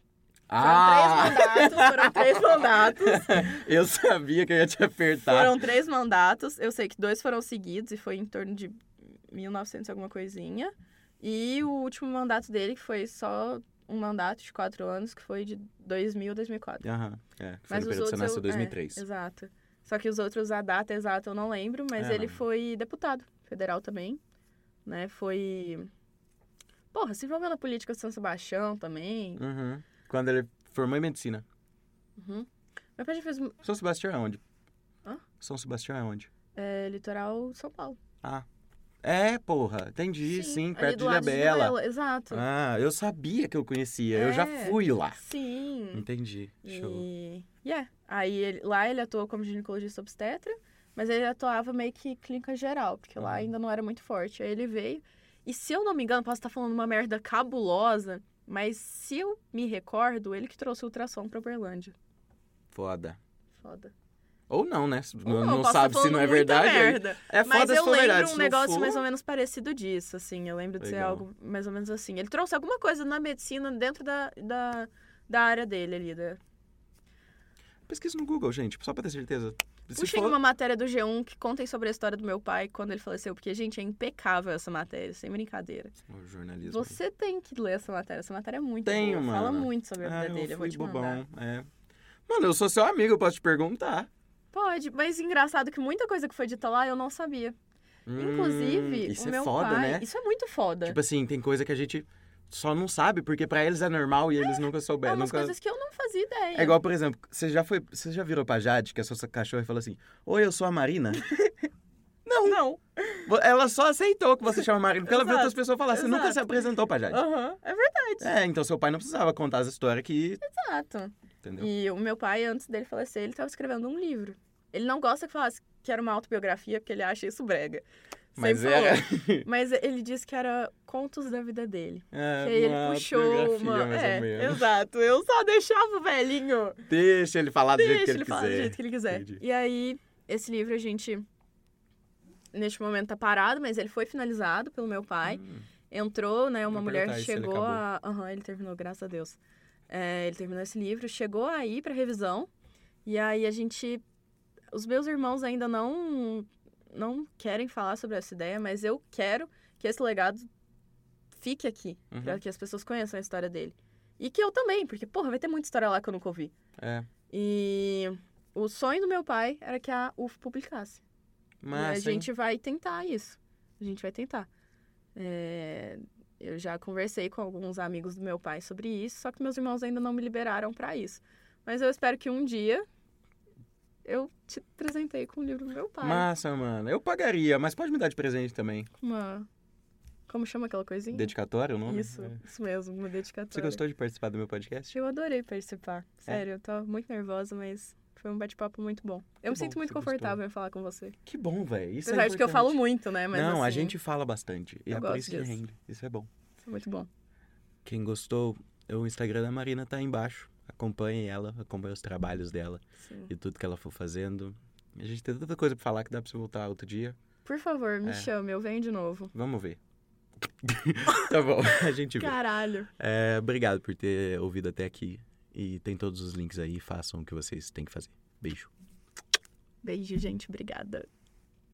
Ah! três mandatos. Foram três mandatos. Eu sabia que eu ia te apertar. Foram três mandatos. Eu sei que dois foram seguidos e foi em torno de 1900 e alguma coisinha. E o último mandato dele, que foi só um mandato de quatro anos, que foi de 2000 a 2004. Aham. É, foi Mas no período os que você outros nasceu eu- em 2003. É, exato. Só que os outros, a data exata eu não lembro, mas É, ele não. foi deputado federal também, né? Foi... Porra, se envolveu na política de São Sebastião também. Uhum. Quando ele formou em medicina. Uhum. Meu pai já fez São Sebastião é onde? Hã? São Sebastião é onde? é, litoral São Paulo. É, porra. Entendi, sim, ali perto do de é lado Ilhabela. Ilhabela, Exato. Ah, eu sabia que eu conhecia. Eu já É. fui lá. Sim. Entendi. Hum, Show. E yeah. aí ele- lá ele atuou como ginecologista obstetra, mas ele atuava meio que clínica geral, porque lá Uhum. ainda não era muito forte. Aí ele veio, e se eu não me engano, posso estar falando uma merda cabulosa, mas se eu me recordo, ele que trouxe o ultrassom pra Uberlândia. Foda. Foda. Ou não, né? Se Ou Não, não posso tá sabe se falando não é muita verdade. aí- merda. É Mas foda se eu for lembro verdade. se um não negócio for, mais ou menos parecido disso, assim. Eu lembro de ser Legal. algo mais ou menos assim. Ele trouxe alguma coisa na medicina dentro da, da, da área dele ali, da, Pesquisa no Google, gente, só pra ter certeza. Se Puxem for- uma matéria do G1 que contem sobre a história do meu pai quando ele faleceu, porque, gente, é impecável essa matéria, sem brincadeira. O jornalismo. Você tem que ler essa matéria, essa matéria é muito Tenho, boa, fala mano. muito sobre a vida Ah, eu dele, é eu vou fui te bobão, mandar. é. Mano, eu sou seu amigo, eu posso te perguntar. Pode, mas engraçado que muita coisa que foi dita lá eu não sabia. Inclusive, Hum, isso o é meu foda, pai... né? Isso é muito foda. Tipo assim, tem coisa que a gente só não sabe, porque pra eles é normal e eles nunca é souberam. umas Nunca... coisas que eu não fazia ideia. É igual, por exemplo, você já foi. Você já virou pra Jade, que é a sua cachorra, e falou assim: Oi, eu sou a Marina? Não. Não. Ela só aceitou que você chama Marina, porque ela viu Exato, outras pessoas falar, você nunca exato. se apresentou pra Jade. Aham. É verdade. É, então seu pai não precisava contar essa história que. Exato. Entendeu? E o meu pai, antes dele falecer, ele tava escrevendo um livro. Ele não gosta que falasse que era uma autobiografia, porque ele acha isso brega. Sempre Mas é- era. falou. Mas ele disse que era contos da vida dele. É, que aí ele uma puxou biografia, uma. mais ou É, menos. exato. Eu só deixava o velhinho. Deixa ele falar do jeito Deixa que ele, ele falar do quiser. jeito que ele quiser. Entendi. E aí, esse livro a gente. Neste momento tá parado, mas ele foi finalizado pelo meu pai. Hum, Entrou, né? Uma Vou mulher perguntar isso, ele chegou a. Aham, ele terminou, graças a Deus. É, ele terminou esse livro, chegou aí pra revisão. E aí a gente. Os meus irmãos ainda não, não querem falar sobre essa ideia, mas eu quero que esse legado fique aqui, uhum, pra que as pessoas conheçam a história dele. E que eu também, porque, porra, vai ter muita história lá que eu nunca ouvi. É. E o sonho do meu pai era que a UF publicasse. E Mas, a gente vai tentar isso. A gente vai tentar. É, Eu já conversei com alguns amigos do meu pai sobre isso, só que meus irmãos ainda não me liberaram pra isso. Mas eu espero que um dia eu te presentei com o livro do meu pai. Massa, mano. Eu pagaria, mas pode me dar de presente também. com Uma... Como chama aquela coisinha? Dedicatório, o nome? Isso, É. isso mesmo, uma dedicatória. Você gostou É. de participar do meu podcast? Eu adorei participar. Sério, eu tô muito nervosa, mas foi um bate-papo muito bom. Eu bom me sinto que muito você gostou. confortável em falar com você. Que bom, velho. Isso Apesar é de que eu importante. falo muito, né? Mas, Não, a assim, gente fala bastante. E eu é por gosto isso que disso. rende. Isso é bom. foi Muito bom. Quem gostou, é o Instagram da Marina tá aí embaixo. Acompanhe ela, acompanhe os trabalhos dela Sim. e tudo que ela for fazendo. A gente tem tanta coisa pra falar que dá pra você voltar outro dia. Por favor, me É. chame, eu venho de novo. Vamos ver. tá bom, a gente vê. Caralho. É, obrigado por ter ouvido até aqui. E tem todos os links aí. Façam o que vocês têm que fazer. Beijo. Beijo, gente. Obrigada.